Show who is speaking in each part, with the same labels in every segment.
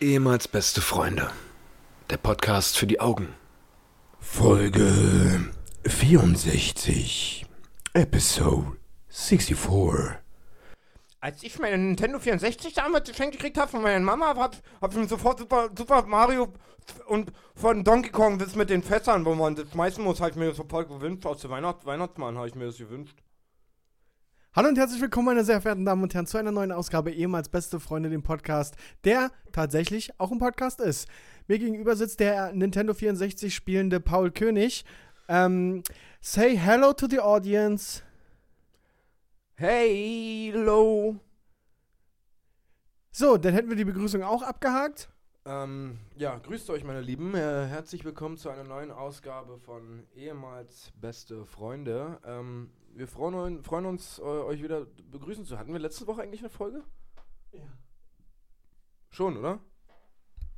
Speaker 1: Ehemals beste Freunde. Der Podcast für die Augen.
Speaker 2: Folge 64, Episode 64.
Speaker 3: Als ich meine Nintendo 64 damals geschenkt gekriegt habe von meiner Mama, hab, hab ich mir sofort Super, Super Mario und von Donkey Kong das mit den Fässern, wo man das schmeißen muss, habe ich mir das sofort gewünscht. Aus dem Weihnacht, Weihnachtsmann habe ich mir das gewünscht.
Speaker 4: Hallo und herzlich willkommen, meine sehr verehrten Damen und Herren, zu einer neuen Ausgabe ehemals Beste Freunde, dem Podcast, der tatsächlich auch ein Podcast ist. Mir gegenüber sitzt der Nintendo 64 spielende Paul König. Ähm, say hello to the audience.
Speaker 3: Halo.
Speaker 4: So, dann hätten wir die Begrüßung auch abgehakt.
Speaker 3: Ähm, ja, grüßt euch, meine Lieben. Äh, herzlich willkommen zu einer neuen Ausgabe von ehemals beste Freunde. Ähm, wir freuen, freuen uns, äh, euch wieder begrüßen zu. Hatten wir letzte Woche eigentlich eine Folge?
Speaker 4: Ja.
Speaker 3: Schon, oder?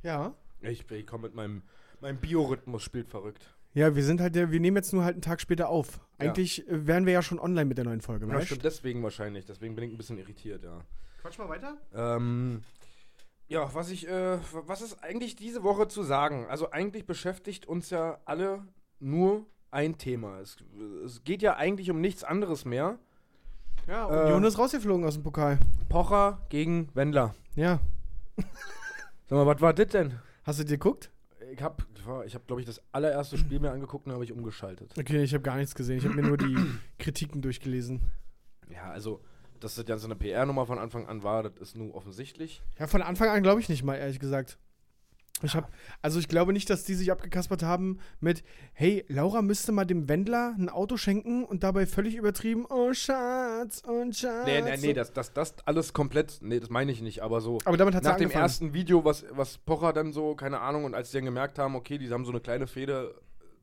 Speaker 4: Ja.
Speaker 3: Ich, ich komme mit meinem, meinem Biorhythmus, spielt verrückt.
Speaker 4: Ja, wir sind halt, der- wir nehmen jetzt nur halt einen Tag später auf.
Speaker 3: Ja.
Speaker 4: Eigentlich äh, wären wir ja schon online mit der neuen Folge.
Speaker 3: Ja,
Speaker 4: weißt?
Speaker 3: stimmt, deswegen wahrscheinlich. Deswegen bin ich ein bisschen irritiert, ja.
Speaker 4: Quatsch mal weiter.
Speaker 3: Ähm, ja, was ich, äh, was ist eigentlich diese Woche zu sagen? Also eigentlich beschäftigt uns ja alle nur ein Thema. Es, es geht ja eigentlich um nichts anderes mehr.
Speaker 4: Ja,
Speaker 3: Äh,
Speaker 4: und Jonas rausgeflogen aus dem Pokal.
Speaker 3: Pocher gegen Wendler.
Speaker 4: Ja.
Speaker 3: Sag mal, was war das denn?
Speaker 4: Hast du dir geguckt?
Speaker 3: Ich hab, ich hab, glaube ich, das allererste Spiel mir angeguckt und habe ich umgeschaltet.
Speaker 4: Okay, ich habe gar nichts gesehen. Ich habe mir nur die Kritiken durchgelesen.
Speaker 3: Ja, also, dass das Ganze eine PR-Nummer von Anfang an war, das ist nun offensichtlich.
Speaker 4: Ja, von Anfang an glaube ich nicht mal, ehrlich gesagt. Ich hab, also ich glaube nicht, dass die sich abgekaspert haben mit, hey, Laura müsste mal dem Wendler ein Auto schenken und dabei völlig übertrieben, oh Schatz, oh Schatz.
Speaker 3: Nee, nee, nee, das, das, das alles komplett, nee, das meine ich nicht, aber so.
Speaker 4: Aber damit hat sie
Speaker 3: Nach dem
Speaker 4: angefangen.
Speaker 3: ersten Video, was, was Pocher dann so, keine Ahnung, und als die dann gemerkt haben, okay, die haben so eine kleine Fehde,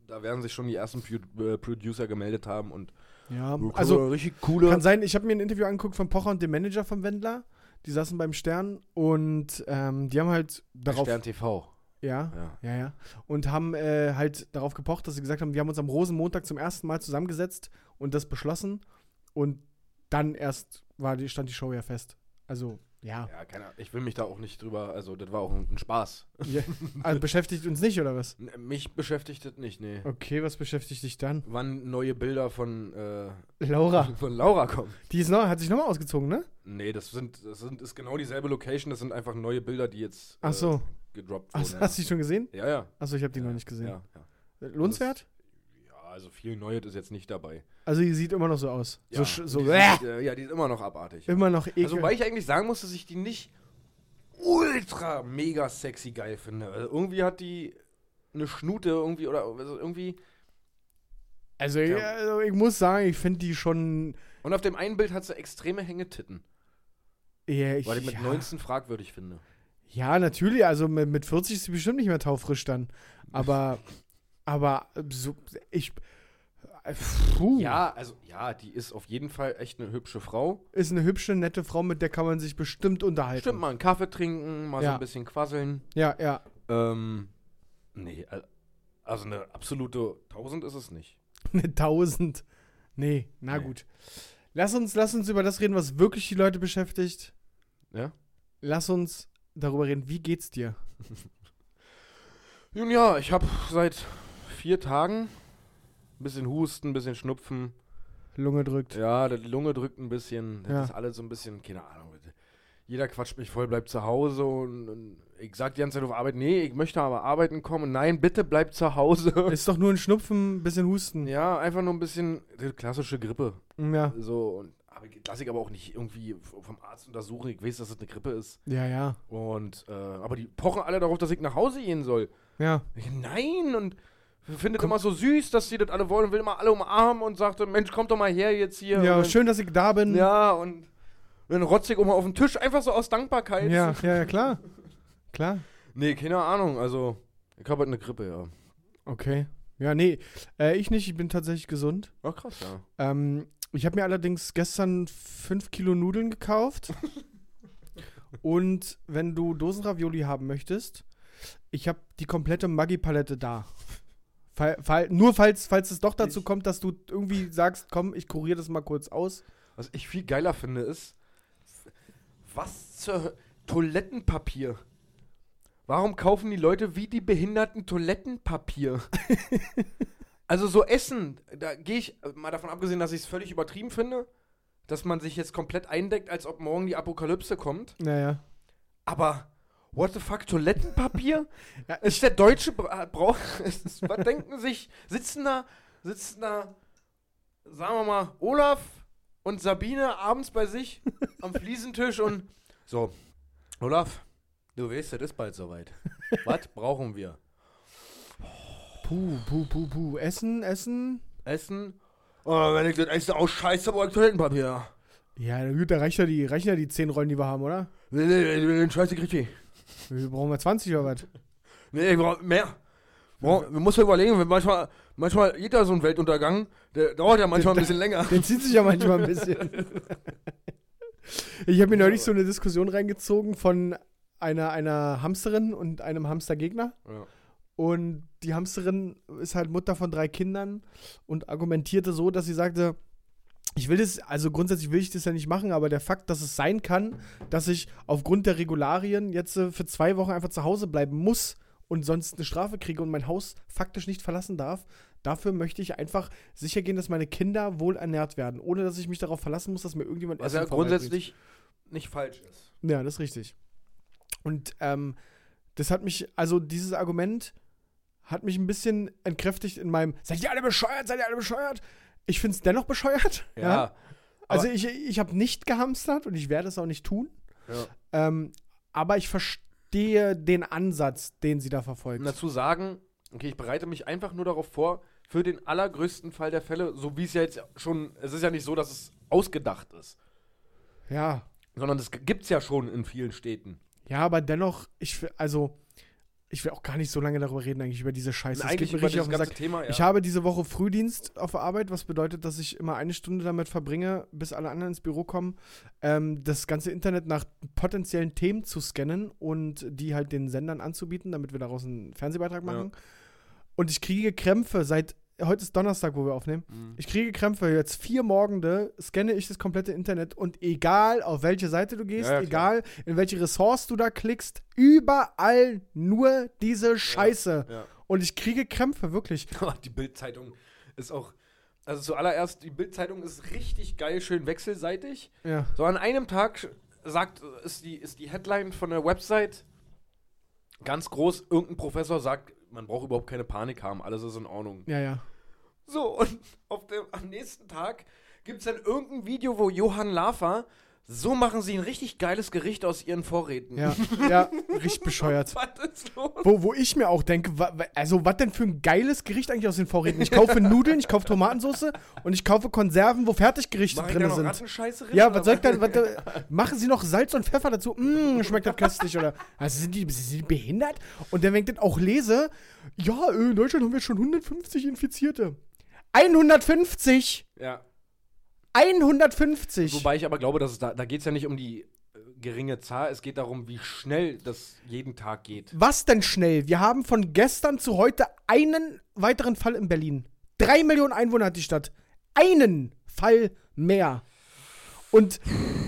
Speaker 3: da werden sich schon die ersten Pu- äh, Producer gemeldet haben und
Speaker 4: ja, also
Speaker 3: richtig coole.
Speaker 4: kann sein, ich habe mir ein Interview angeguckt von Pocher und dem Manager vom Wendler. Die saßen beim Stern und ähm, die haben halt darauf.
Speaker 3: Stern TV.
Speaker 4: Ja,
Speaker 3: Ja.
Speaker 4: ja, ja. Und haben äh, halt darauf gepocht, dass sie gesagt haben, wir haben uns am Rosenmontag zum ersten Mal zusammengesetzt und das beschlossen. Und dann erst war die, stand die Show ja fest. Also, ja.
Speaker 3: Ja, keine Ahnung. Ich will mich da auch nicht drüber, also das war auch ein, ein Spaß.
Speaker 4: ja. Also beschäftigt uns nicht, oder was?
Speaker 3: N- Mich beschäftigt das nicht, nee.
Speaker 4: Okay, was beschäftigt dich dann?
Speaker 3: Wann neue Bilder von, äh,
Speaker 4: Laura.
Speaker 3: von Laura kommen.
Speaker 4: Die ist noch, hat sich nochmal ausgezogen, ne?
Speaker 3: Nee, das sind, das sind, ist genau dieselbe Location, das sind einfach neue Bilder, die jetzt äh,
Speaker 4: Ach so.
Speaker 3: gedroppt wurden.
Speaker 4: Hast, hast du die schon gesehen?
Speaker 3: ja, ja.
Speaker 4: Achso, ich habe die
Speaker 3: ja,
Speaker 4: noch nicht gesehen.
Speaker 3: Ja, ja.
Speaker 4: Lohnenswert?
Speaker 3: ja, also viel Neues ist jetzt nicht dabei.
Speaker 4: Also, die sieht immer noch so aus.
Speaker 3: Ja,
Speaker 4: So, sch- so
Speaker 3: die
Speaker 4: äh,
Speaker 3: sind, äh, ja, die ist immer noch abartig.
Speaker 4: immer noch ekel.
Speaker 3: Also, wobei ich eigentlich sagen muss, dass ich die nicht ultra mega sexy geil finde. Also, irgendwie hat die eine Schnute irgendwie oder also irgendwie.
Speaker 4: also, ich,
Speaker 3: ja.
Speaker 4: also, ich muss sagen, ich finde die schon.
Speaker 3: Und auf dem einen Bild hat sie extreme Hängetitten,
Speaker 4: Ja, ich,
Speaker 3: weil ich mit
Speaker 4: ja.
Speaker 3: 19 fragwürdig finde.
Speaker 4: Ja, natürlich. Also mit, mit 40 ist sie bestimmt nicht mehr taufrisch dann. Aber, aber so, ich. äh, Puh,
Speaker 3: Ja, also ja, die ist auf jeden Fall echt eine hübsche Frau.
Speaker 4: Ist eine hübsche, nette Frau, mit der kann man sich bestimmt unterhalten.
Speaker 3: Stimmt, mal einen Kaffee trinken, mal so
Speaker 4: Ja.
Speaker 3: ein bisschen quasseln.
Speaker 4: Ja, ja.
Speaker 3: Ähm, nee, al- also eine absolute 1000 ist es nicht.
Speaker 4: Eine 1000. Nee, na
Speaker 3: Nee.
Speaker 4: gut. Lass uns, lass uns über das reden, was wirklich die Leute beschäftigt.
Speaker 3: Ja?
Speaker 4: Lass uns darüber reden, wie geht's dir?
Speaker 3: Nun ja, ich habe seit vier Tagen ein bisschen Husten, ein bisschen Schnupfen.
Speaker 4: Lunge drückt.
Speaker 3: Ja, die Lunge drückt ein bisschen. Das
Speaker 4: Ja.
Speaker 3: ist alles so ein bisschen, keine Ahnung. Jeder quatscht mich voll, bleibt zu Hause. Und, und ich sag die ganze Zeit auf Arbeit, nee, ich möchte aber arbeiten kommen. Nein, bitte bleib zu Hause.
Speaker 4: Ist doch nur ein Schnupfen, ein bisschen Husten. Hm,
Speaker 3: ja, einfach nur ein bisschen die klassische Grippe.
Speaker 4: Ja,
Speaker 3: So, und aber ich lass ich aber auch nicht irgendwie v- vom Arzt untersuchen. Ich weiß, dass es eine Grippe ist.
Speaker 4: ja, ja.
Speaker 3: Und, äh, aber die pochen alle darauf, dass ich nach Hause gehen soll.
Speaker 4: ja.
Speaker 3: Ich, Nein, und findet immer so süß, dass sie das alle wollen, will immer alle umarmen und sagt, Mensch, kommt doch mal her jetzt hier.
Speaker 4: Ja,
Speaker 3: und
Speaker 4: schön, dass ich da bin.
Speaker 3: Dann, ja, und dann rotzt ich immer auf den Tisch, einfach so aus Dankbarkeit.
Speaker 4: ja, ja, ja klar. Klar.
Speaker 3: Nee, keine Ahnung, also, ich habe halt eine Grippe, ja.
Speaker 4: Okay. Ja, nee, äh, ich nicht. Ich bin tatsächlich gesund.
Speaker 3: Ach krass, ja.
Speaker 4: Ähm, ich habe mir allerdings gestern 5 Kilo Nudeln gekauft. Und wenn du Dosenravioli haben möchtest, ich habe die komplette Maggi-Palette da. Fall, fall, nur falls, falls es doch dazu kommt, dass du irgendwie sagst, komm, ich kuriere das mal kurz aus.
Speaker 3: Was ich viel geiler finde ist, was zur Hö- Toilettenpapier. warum kaufen die Leute wie die Behinderten Toilettenpapier? also so Essen, da gehe ich äh, mal davon abgesehen, dass ich es völlig übertrieben finde, dass man sich jetzt komplett eindeckt, als ob morgen die Apokalypse kommt.
Speaker 4: Naja.
Speaker 3: Aber what the fuck, Toilettenpapier?
Speaker 4: Ja,
Speaker 3: ist der deutsche Bra- Brauch. ist- Was denken sich? Sitzen da, sitzen da, sagen wir mal, Olaf und Sabine abends bei sich am Fliesentisch und so, Olaf, du weißt, das ist bald soweit. Was brauchen wir?
Speaker 4: Puh, puh, puh, puh. Essen, Essen.
Speaker 3: Essen? Oh, wenn ich das Essen ausscheiße, brauche ich Toilettenpapier.
Speaker 4: Ja, gut, da reichen ja die, reichen ja die 10 Rollen, die wir haben, oder?
Speaker 3: Nee, nee, nee, den Scheiße krieg ich.
Speaker 4: Wir brauchen wir 20 oder was?
Speaker 3: Nee, ich brauch mehr. Boah, man muss ja überlegen, wenn manchmal, manchmal geht da so ein Weltuntergang, der dauert ja manchmal ein bisschen länger.
Speaker 4: Den zieht sich ja manchmal ein bisschen. Ich habe mir neulich so eine Diskussion reingezogen von einer, einer Hamsterin und einem Hamstergegner.
Speaker 3: Ja.
Speaker 4: Und die Hamsterin ist halt Mutter von drei Kindern und argumentierte so, dass sie sagte, ich will das, also grundsätzlich will ich das ja nicht machen, aber der Fakt, dass es sein kann, dass ich aufgrund der Regularien jetzt äh, für zwei Wochen einfach zu Hause bleiben muss und sonst eine Strafe kriege und mein Haus faktisch nicht verlassen darf, dafür möchte ich einfach sicher gehen, dass meine Kinder wohl ernährt werden, ohne dass ich mich darauf verlassen muss, dass mir irgendjemand
Speaker 3: Was ja
Speaker 4: vorbeibringt.
Speaker 3: grundsätzlich nicht falsch ist.
Speaker 4: Ja, das ist richtig. Und ähm, das hat mich, also dieses Argument hat mich ein bisschen entkräftigt in meinem, seid ihr alle bescheuert, seid ihr alle bescheuert? Ich finde es dennoch bescheuert. Also ich, ich habe nicht gehamstert und ich werde es auch nicht tun.
Speaker 3: Ja.
Speaker 4: Ähm, aber ich verstehe den Ansatz, den sie da
Speaker 3: Und
Speaker 4: verfolgt.
Speaker 3: dazu sagen, okay, ich bereite mich einfach nur darauf vor, für den allergrößten Fall der Fälle, so wie es ja jetzt schon, es ist ja nicht so, dass es ausgedacht ist,
Speaker 4: ja.
Speaker 3: sondern das gibt es ja schon in vielen Städten.
Speaker 4: Ja, aber dennoch, ich will, also, ich will auch gar nicht so lange darüber reden, eigentlich über diese Scheiße.
Speaker 3: Und
Speaker 4: Das
Speaker 3: eigentlich
Speaker 4: geht mir
Speaker 3: über
Speaker 4: richtig auf
Speaker 3: das
Speaker 4: den
Speaker 3: ganze
Speaker 4: Sack.
Speaker 3: Thema, ja.
Speaker 4: Ich habe diese Woche Frühdienst auf der Arbeit, was bedeutet, dass ich immer eine Stunde damit verbringe, bis alle anderen ins Büro kommen, ähm, das ganze Internet nach potenziellen Themen zu scannen und die halt den Sendern anzubieten, damit wir daraus einen Fernsehbeitrag machen. Und ich kriege Krämpfe seit, heute ist Donnerstag, wo wir aufnehmen.
Speaker 3: Mhm.
Speaker 4: Ich kriege Krämpfe. Jetzt vier Morgende scanne ich das komplette Internet und egal auf welche Seite du gehst,
Speaker 3: Ja, ja, klar.
Speaker 4: egal in welche Ressorts du da klickst, überall nur diese Scheiße.
Speaker 3: Ja.
Speaker 4: Und ich kriege Krämpfe, wirklich.
Speaker 3: Aber die Bildzeitung ist auch, also zuallererst, die Bildzeitung ist richtig geil, schön wechselseitig.
Speaker 4: Ja.
Speaker 3: So an einem Tag sch- sagt, ist die, ist die Headline von der Website ganz groß, irgendein Professor sagt, man braucht überhaupt keine Panik haben, alles ist in Ordnung.
Speaker 4: Ja, ja.
Speaker 3: So, und auf dem, am nächsten Tag gibt es dann irgendein Video, wo Johann Lafer, so machen sie ein richtig geiles Gericht aus ihren Vorräten.
Speaker 4: Ja, ja richtig bescheuert.
Speaker 3: Was ist los?
Speaker 4: Wo, wo ich mir auch denke, wa, wa- also was denn für ein geiles Gericht eigentlich aus den Vorräten? Ich kaufe Nudeln, ich kaufe Tomatensauce und ich kaufe Konserven, wo Fertiggerichte
Speaker 3: Mach ich da
Speaker 4: drin
Speaker 3: noch
Speaker 4: sind.
Speaker 3: Rattenscheiße rein,
Speaker 4: Ja,
Speaker 3: oder
Speaker 4: was soll ich denn? Was, äh, machen Sie noch Salz und Pfeffer dazu? Mm, schmeckt das köstlich, oder? Also sind die, sind die behindert? Und dann, wenn ich das auch lese, ja, äh, in Deutschland haben wir schon 150 Infizierte. 150!
Speaker 3: Ja.
Speaker 4: 150!
Speaker 3: Wobei ich aber glaube, dass es da, da geht es ja nicht um die äh, geringe Zahl, es geht darum, wie schnell das jeden Tag geht.
Speaker 4: Was denn schnell? Wir haben von gestern zu heute einen weiteren Fall in Berlin. Drei Millionen Einwohner hat die Stadt. Einen Fall mehr. Und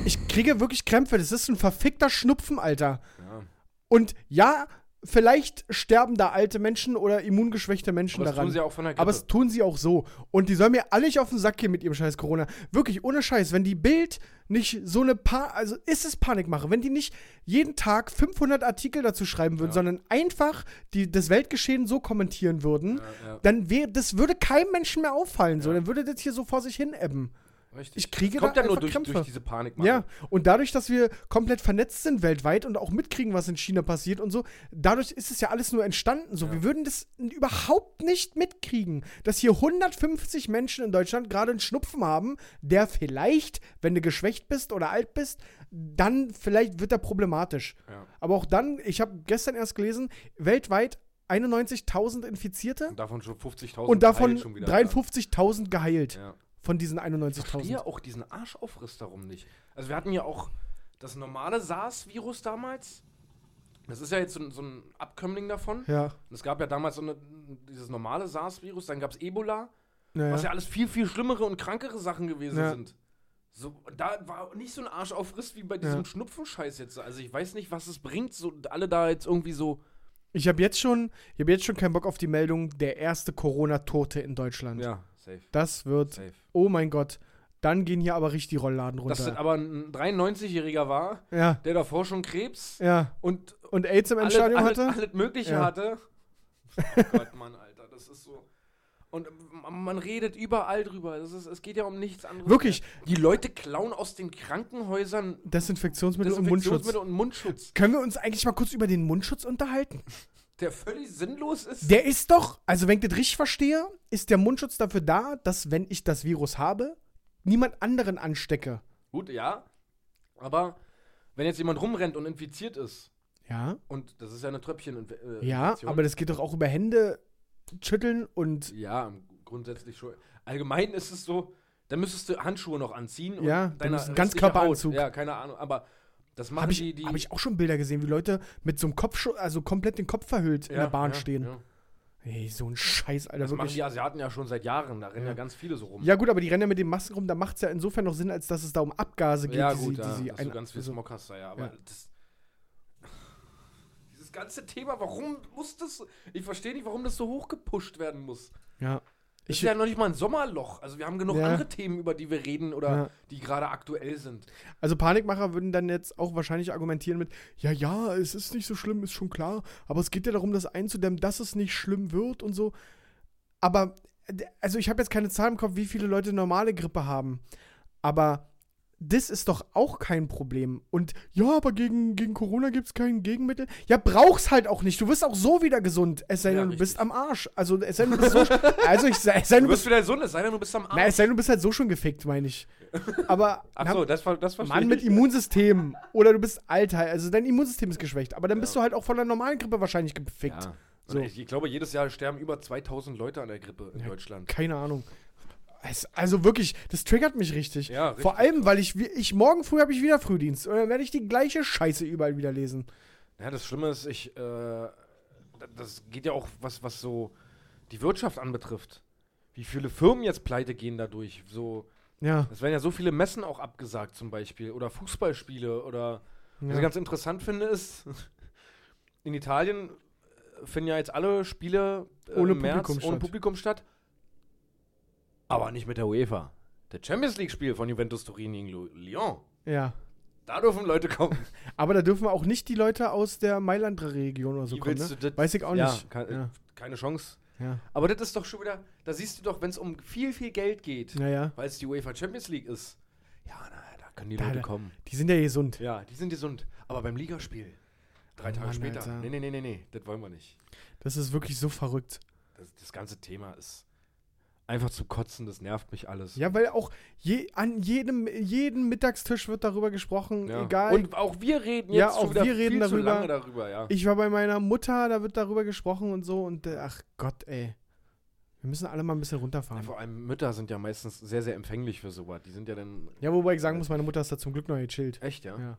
Speaker 4: ich kriege wirklich Krämpfe. Das ist ein verfickter Schnupfen, Alter.
Speaker 3: Ja.
Speaker 4: Und ja, vielleicht sterben da alte Menschen oder immungeschwächte Menschen
Speaker 3: Aber das
Speaker 4: daran.
Speaker 3: tun sie auch von der Grippe.
Speaker 4: aber es tun sie auch so. Und die sollen mir alle nicht auf den Sack gehen mit ihrem scheiß Corona. Wirklich, ohne Scheiß. Wenn die Bild nicht so eine Panik, also ist es Panik mache, wenn die nicht jeden Tag 500 Artikel dazu schreiben würden, sondern einfach die, das Weltgeschehen so kommentieren würden,
Speaker 3: ja.
Speaker 4: dann wäre, das würde keinem Menschen mehr auffallen. So, dann würde das hier so vor sich hin ebben.
Speaker 3: Richtig.
Speaker 4: Ich kriege
Speaker 3: Kommt
Speaker 4: da
Speaker 3: ja nur
Speaker 4: einfach
Speaker 3: durch,
Speaker 4: Krämpfe.
Speaker 3: durch diese Panik.
Speaker 4: Ja, und dadurch, dass wir komplett vernetzt sind weltweit und auch mitkriegen, was in China passiert und so, dadurch ist es ja alles nur entstanden. So, wir würden das n- überhaupt nicht mitkriegen, dass hier 150 Menschen in Deutschland gerade einen Schnupfen haben, der vielleicht, wenn du geschwächt bist oder alt bist, dann vielleicht wird er problematisch.
Speaker 3: Ja.
Speaker 4: Aber auch dann, ich habe gestern erst gelesen, weltweit 91.000 Infizierte
Speaker 3: Und davon schon 50.000
Speaker 4: und davon
Speaker 3: heilt schon wieder.
Speaker 4: 53.000 geheilt
Speaker 3: Ja.
Speaker 4: von diesen
Speaker 3: verstehe
Speaker 4: 91.000.
Speaker 3: auch diesen Arschaufriss darum nicht. Also wir hatten ja auch das normale SARS-Virus damals. Das ist ja jetzt so, ein- so ein Abkömmling davon.
Speaker 4: Ja,
Speaker 3: Und es gab ja damals so eine, dieses normale SARS-Virus, dann gab es Ebola,
Speaker 4: naja.
Speaker 3: was ja alles viel, viel schlimmere und krankere Sachen gewesen
Speaker 4: Ja.
Speaker 3: sind. So, da war nicht so ein Arschaufriss wie bei diesem
Speaker 4: Ja.
Speaker 3: Schnupfenscheiß jetzt. Also ich weiß nicht, was es bringt, so alle da jetzt irgendwie so.
Speaker 4: Ich habe jetzt schon, ich habe jetzt schon keinen Bock auf die Meldung, der erste Corona-Tote in Deutschland.
Speaker 3: Ja, safe.
Speaker 4: Das wird,
Speaker 3: Safe.
Speaker 4: oh mein Gott, dann gehen hier aber richtig die Rollladen runter.
Speaker 3: Dass das aber ein 93-Jähriger war,
Speaker 4: ja,
Speaker 3: der davor schon Krebs
Speaker 4: ja.
Speaker 3: und
Speaker 4: Und AIDS im
Speaker 3: alles,
Speaker 4: Endstadium
Speaker 3: alles,
Speaker 4: hatte?
Speaker 3: alles Mögliche
Speaker 4: Ja.
Speaker 3: hatte. Oh Gott, Mann, Alter, das ist so. Und ähm, man redet überall drüber. Das ist, es geht ja um nichts anderes.
Speaker 4: Wirklich.
Speaker 3: mehr. Die Leute klauen aus den Krankenhäusern
Speaker 4: Desinfektionsmittel und Mundschutz.
Speaker 3: Desinfektionsmittel und Mundschutz,
Speaker 4: Können wir uns eigentlich mal kurz über den Mundschutz unterhalten?
Speaker 3: der völlig sinnlos ist.
Speaker 4: Der ist doch, also wenn ich das richtig verstehe, ist der Mundschutz dafür da, dass wenn ich das Virus habe, niemand anderen anstecke.
Speaker 3: Gut, ja. Aber wenn jetzt jemand rumrennt und infiziert ist,
Speaker 4: Ja.
Speaker 3: und das ist ja eine Tröpfchen. Äh,
Speaker 4: Ja,
Speaker 3: Infektion.
Speaker 4: aber das geht doch auch über Hände schütteln und
Speaker 3: Ja, grundsätzlich schon. Allgemein ist es so, da müsstest du Handschuhe noch anziehen.
Speaker 4: Ja, dann ist ein
Speaker 3: restliche
Speaker 4: Ganzkörperanzug.
Speaker 3: Haut. Ja, keine Ahnung. Aber das machen
Speaker 4: habe ich,
Speaker 3: die. die
Speaker 4: hab ich auch schon Bilder gesehen, wie Leute mit so einem Kopfschutz, also komplett den Kopf verhüllt in
Speaker 3: Ja,
Speaker 4: der Bahn
Speaker 3: ja,
Speaker 4: stehen. Also
Speaker 3: Ja.
Speaker 4: Ey, so ein Scheiß, Alter,
Speaker 3: Das machen
Speaker 4: wirklich.
Speaker 3: die Asiaten ja schon seit Jahren. Da rennen ja, ganz viele so rum.
Speaker 4: Ja gut, aber die rennen ja mit den Masken rum, da macht es ja insofern noch Sinn, als dass es da um Abgase geht,
Speaker 3: Ja,
Speaker 4: die
Speaker 3: gut,
Speaker 4: sie, die
Speaker 3: ja,
Speaker 4: sie
Speaker 3: dass du
Speaker 4: ein, also
Speaker 3: ganz viel Smog hast da, ja. Aber
Speaker 4: ja.
Speaker 3: das. Dieses ganze Thema, warum muss das. Ich verstehe nicht, warum das so hochgepusht werden muss.
Speaker 4: Ja.
Speaker 3: Das
Speaker 4: Ich-
Speaker 3: ist ja noch nicht mal ein Sommerloch. Also, wir haben genug
Speaker 4: Ja.
Speaker 3: andere Themen, über die wir reden oder
Speaker 4: Ja.
Speaker 3: die gerade aktuell sind.
Speaker 4: Also Panikmacher würden dann jetzt auch wahrscheinlich argumentieren mit, ja, ja, es ist nicht so schlimm, ist schon klar, aber es geht ja darum, das einzudämmen, dass es nicht schlimm wird und so. Aber, äh, also ich habe jetzt keine Zahl im Kopf, wie viele Leute normale Grippe haben, aber das ist doch auch kein Problem. Und ja, aber gegen, gegen Corona gibt es kein Gegenmittel. Ja, brauchst halt auch nicht. Du wirst auch so wieder gesund. Es sei denn,
Speaker 3: Ja,
Speaker 4: du
Speaker 3: richtig.
Speaker 4: bist am Arsch. Also, es sei denn, du bist so. also, ich, es sei denn,
Speaker 3: Du
Speaker 4: du bist.
Speaker 3: bist wieder gesund, es sei denn, du bist am Arsch.
Speaker 4: Na, es sei denn, du bist halt so schon gefickt, meine ich. Aber.
Speaker 3: Ach so, das, ver- das verstehe
Speaker 4: Mann mit
Speaker 3: ich.
Speaker 4: Immunsystem. Oder du bist alt, halt. also dein Immunsystem ist geschwächt. Aber dann bist du halt auch von der normalen Grippe wahrscheinlich gefickt.
Speaker 3: Ja.
Speaker 4: So.
Speaker 3: Und Ich, ich glaube, jedes Jahr sterben über 2000 Leute an der Grippe in Deutschland.
Speaker 4: Keine Ahnung. Es, also wirklich, das triggert mich richtig.
Speaker 3: Ja, richtig.
Speaker 4: Vor allem, weil ich, wie- ich morgen früh habe ich wieder Frühdienst. Und dann werde ich die gleiche Scheiße überall wieder lesen.
Speaker 3: Ja, das Schlimme ist, ich, äh, das geht ja auch, was, was so die Wirtschaft anbetrifft. Wie viele Firmen jetzt pleite gehen dadurch. So,
Speaker 4: Ja.
Speaker 3: es werden ja so viele Messen auch abgesagt zum Beispiel. Oder Fußballspiele oder. Was ich ganz interessant finde, ist, in Italien äh, finden ja jetzt alle Spiele äh,
Speaker 4: Ohne
Speaker 3: im März
Speaker 4: Publikum
Speaker 3: ohne
Speaker 4: statt.
Speaker 3: Publikum statt. Aber nicht mit der UEFA. Der Champions League-Spiel von Juventus Turin gegen Lu- Lyon.
Speaker 4: ja.
Speaker 3: Da dürfen Leute kommen.
Speaker 4: Aber da dürfen auch nicht die Leute aus der Mailander Region oder so
Speaker 3: Wie
Speaker 4: kommen.
Speaker 3: willst
Speaker 4: Ne?
Speaker 3: du das-
Speaker 4: Weiß ich auch
Speaker 3: ja,
Speaker 4: nicht.
Speaker 3: Kann, äh,
Speaker 4: ja.
Speaker 3: Keine Chance.
Speaker 4: Ja.
Speaker 3: Aber das ist doch schon wieder, da siehst du doch, wenn es um viel, viel Geld geht,
Speaker 4: Naja.
Speaker 3: weil es die UEFA Champions League ist. Ja, na, da können die
Speaker 4: Da-
Speaker 3: Leute
Speaker 4: da-
Speaker 3: kommen.
Speaker 4: Die sind ja gesund.
Speaker 3: Ja, die sind gesund. Aber beim Ligaspiel, drei
Speaker 4: Oh
Speaker 3: Tage
Speaker 4: Mann,
Speaker 3: später.
Speaker 4: Alter.
Speaker 3: Nee, nee, nee, nee, nee, das wollen wir nicht.
Speaker 4: Das ist wirklich so verrückt.
Speaker 3: das, das ganze Thema ist einfach zu kotzen, das nervt mich alles.
Speaker 4: Ja, weil auch je, an jedem, jeden Mittagstisch wird darüber gesprochen,
Speaker 3: Ja.
Speaker 4: egal.
Speaker 3: Und auch wir reden jetzt
Speaker 4: Ja,
Speaker 3: schon
Speaker 4: auch
Speaker 3: wieder
Speaker 4: wir reden
Speaker 3: viel zu
Speaker 4: darüber.
Speaker 3: lange darüber, ja.
Speaker 4: ich war bei meiner Mutter, da wird darüber gesprochen und so und äh, ach Gott, ey. Wir müssen alle mal ein bisschen
Speaker 3: ja.
Speaker 4: runterfahren.
Speaker 3: Vor allem Mütter sind ja meistens sehr, sehr empfänglich für sowas. Die sind ja dann
Speaker 4: Ja, wobei ich sagen muss, meine Mutter ist da zum Glück noch gechillt.
Speaker 3: echt, ja.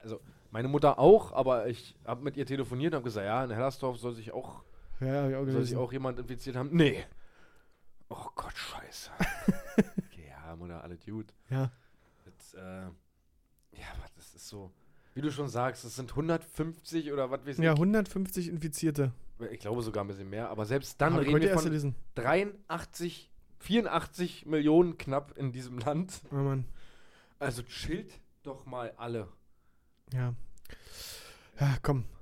Speaker 3: Also
Speaker 4: Ja.
Speaker 3: Meine Mutter auch, aber ich habe mit ihr telefoniert und habe gesagt, ja, in Hellersdorf soll sich auch,
Speaker 4: Ja, hab ich auch
Speaker 3: soll sich
Speaker 4: gelesen.
Speaker 3: auch jemand infiziert haben. Nee. Oh Gott, scheiße. ja, Mutter, alle gut.
Speaker 4: Ja.
Speaker 3: Jetzt, äh, ja, aber das ist so, wie du schon sagst, es sind 150 oder was weiß ich.
Speaker 4: ja, 150 Infizierte.
Speaker 3: Ich glaube sogar ein bisschen mehr, aber selbst dann
Speaker 4: Hab ich
Speaker 3: reden
Speaker 4: heute
Speaker 3: wir
Speaker 4: erst
Speaker 3: von
Speaker 4: gelesen.
Speaker 3: 83, 84 Millionen knapp in diesem Land.
Speaker 4: Oh Mann.
Speaker 3: Also chillt doch mal alle.
Speaker 4: Ja. Ja, komm.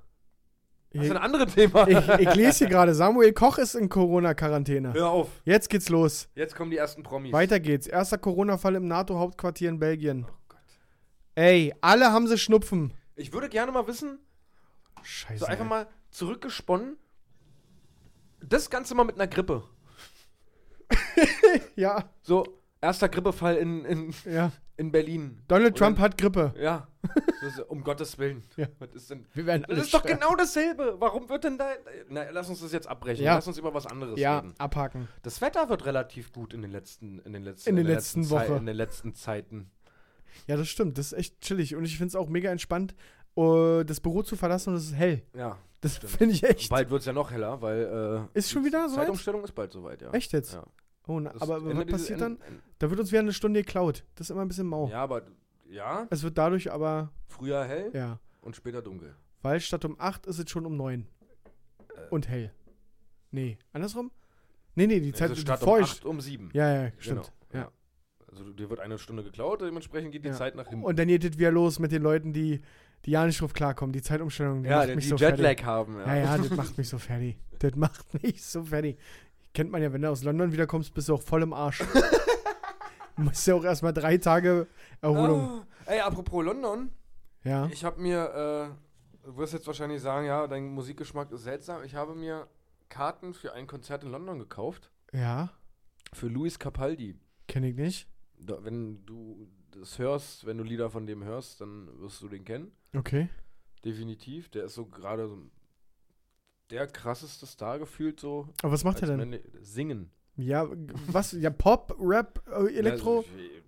Speaker 4: Ich,
Speaker 3: Das ist ein anderes Thema.
Speaker 4: ich, ich lese hier gerade, Samuel Koch ist in Corona-Quarantäne.
Speaker 3: Hör auf,
Speaker 4: Jetzt geht's los.
Speaker 3: jetzt kommen die ersten Promis.
Speaker 4: Weiter geht's. Erster Corona-Fall im NATO-Hauptquartier in Belgien.
Speaker 3: Oh Gott.
Speaker 4: Ey, alle haben sie Schnupfen.
Speaker 3: Ich würde gerne mal wissen,
Speaker 4: Scheiße.
Speaker 3: so einfach mal zurückgesponnen, das Ganze mal mit einer Grippe.
Speaker 4: Ja,
Speaker 3: So, erster Grippefall in, in,
Speaker 4: ja.
Speaker 3: in Berlin.
Speaker 4: Donald
Speaker 3: Und
Speaker 4: Trump
Speaker 3: dann-
Speaker 4: hat Grippe.
Speaker 3: Ja, das ist, um Gottes Willen.
Speaker 4: Ja.
Speaker 3: Was ist denn?
Speaker 4: Wir werden
Speaker 3: Das ist doch genau dasselbe. Warum wird denn da. Na, lass uns das jetzt abbrechen.
Speaker 4: Ja.
Speaker 3: Lass uns über was anderes
Speaker 4: Ja,
Speaker 3: reden.
Speaker 4: abhaken.
Speaker 3: Das Wetter wird relativ gut in den letzten in den letzten
Speaker 4: In den
Speaker 3: der
Speaker 4: letzten
Speaker 3: Zeit-
Speaker 4: Woche.
Speaker 3: in den letzten Zeiten.
Speaker 4: Ja, das stimmt. Das ist echt chillig. Und ich finde es auch mega entspannt, äh, das Büro zu verlassen und es ist hell.
Speaker 3: Ja,
Speaker 4: Das
Speaker 3: Stimmt.
Speaker 4: finde ich echt.
Speaker 3: bald wird es ja noch heller, weil äh,
Speaker 4: Ist schon wieder
Speaker 3: die
Speaker 4: soweit?
Speaker 3: Zeitumstellung ist bald soweit, ja.
Speaker 4: Echt jetzt?
Speaker 3: Ja.
Speaker 4: Oh, na,
Speaker 3: Das
Speaker 4: aber was
Speaker 3: ändert dieses-
Speaker 4: passiert dann?
Speaker 3: änd- änd-
Speaker 4: Da wird uns wieder eine Stunde geklaut. Das ist immer ein bisschen mau.
Speaker 3: Ja, aber ja,
Speaker 4: Es wird dadurch aber,
Speaker 3: früher hell
Speaker 4: ja.
Speaker 3: und später dunkel.
Speaker 4: Weil statt um 8 ist es schon um 9.
Speaker 3: Äh.
Speaker 4: Und hell. Nee, andersrum? Nee, nee, die Zeit
Speaker 3: also
Speaker 4: ist
Speaker 3: statt um
Speaker 4: feucht.
Speaker 3: 8 um 7.
Speaker 4: ja, ja, stimmt.
Speaker 3: Genau, ja. Also dir wird eine Stunde geklaut, dementsprechend geht die
Speaker 4: Ja.
Speaker 3: Zeit nach hinten.
Speaker 4: Und dann geht es wieder los mit den Leuten, die, die ja nicht drauf klarkommen. Die Zeitumstellung die
Speaker 3: ja,
Speaker 4: macht
Speaker 3: die,
Speaker 4: mich
Speaker 3: die
Speaker 4: so fertig.
Speaker 3: Jetlag haben. Ja.
Speaker 4: Ja, ja, das macht mich so fertig. Das macht mich so fertig. Kennt man ja, wenn du aus London wiederkommst, bist du auch voll im Arsch. Du musst ja auch erstmal drei Tage Erholung.
Speaker 3: Ah, ey, apropos London,
Speaker 4: Ja.
Speaker 3: ich habe mir, äh, du wirst jetzt wahrscheinlich sagen, ja, dein Musikgeschmack ist seltsam. Ich habe mir Karten für ein Konzert in London gekauft.
Speaker 4: Ja,
Speaker 3: Für Luis Capaldi.
Speaker 4: kenne ich nicht.
Speaker 3: Da, wenn du das hörst, wenn du Lieder von dem hörst, dann wirst du den kennen.
Speaker 4: Okay.
Speaker 3: Definitiv. Der ist so gerade so der krasseste Star gefühlt so.
Speaker 4: Aber was macht
Speaker 3: als
Speaker 4: er denn?
Speaker 3: Männe- Singen.
Speaker 4: Ja, g- was? Ja, Pop, Rap, äh, Elektro?
Speaker 3: Also, ich- ich-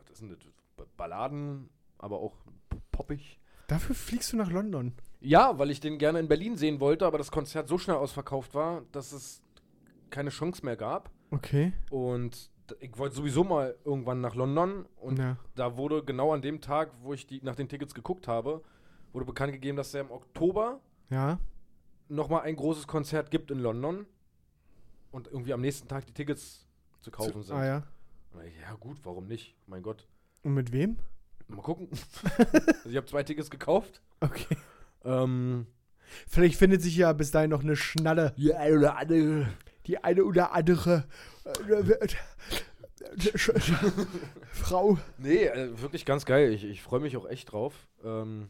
Speaker 3: was ist denn das? Ba- Balladen, aber auch p- poppig.
Speaker 4: Dafür fliegst du nach London.
Speaker 3: Ja, weil ich den gerne in Berlin sehen wollte, aber das Konzert so schnell ausverkauft war, dass es keine Chance mehr gab.
Speaker 4: Okay.
Speaker 3: Und d- ich wollte sowieso mal irgendwann nach London und
Speaker 4: ja.
Speaker 3: da wurde genau an dem Tag, wo ich die, nach den Tickets geguckt habe, wurde bekannt gegeben, dass er im Oktober
Speaker 4: Ja.
Speaker 3: nochmal ein großes Konzert gibt in London und irgendwie am nächsten Tag die Tickets zu kaufen sind.
Speaker 4: Ah ja.
Speaker 3: Und ich, ja gut, warum nicht? Mein Gott.
Speaker 4: Und mit wem?
Speaker 3: Mal gucken. also ich habe zwei Tickets gekauft.
Speaker 4: Okay.
Speaker 3: Ähm,
Speaker 4: Vielleicht findet sich ja bis dahin noch eine Schnalle.
Speaker 3: die eine oder andere.
Speaker 4: Die eine oder andere äh, Sch- Sch- Frau.
Speaker 3: Nee, äh, wirklich ganz geil. Ich, ich freue mich auch echt drauf. Ähm,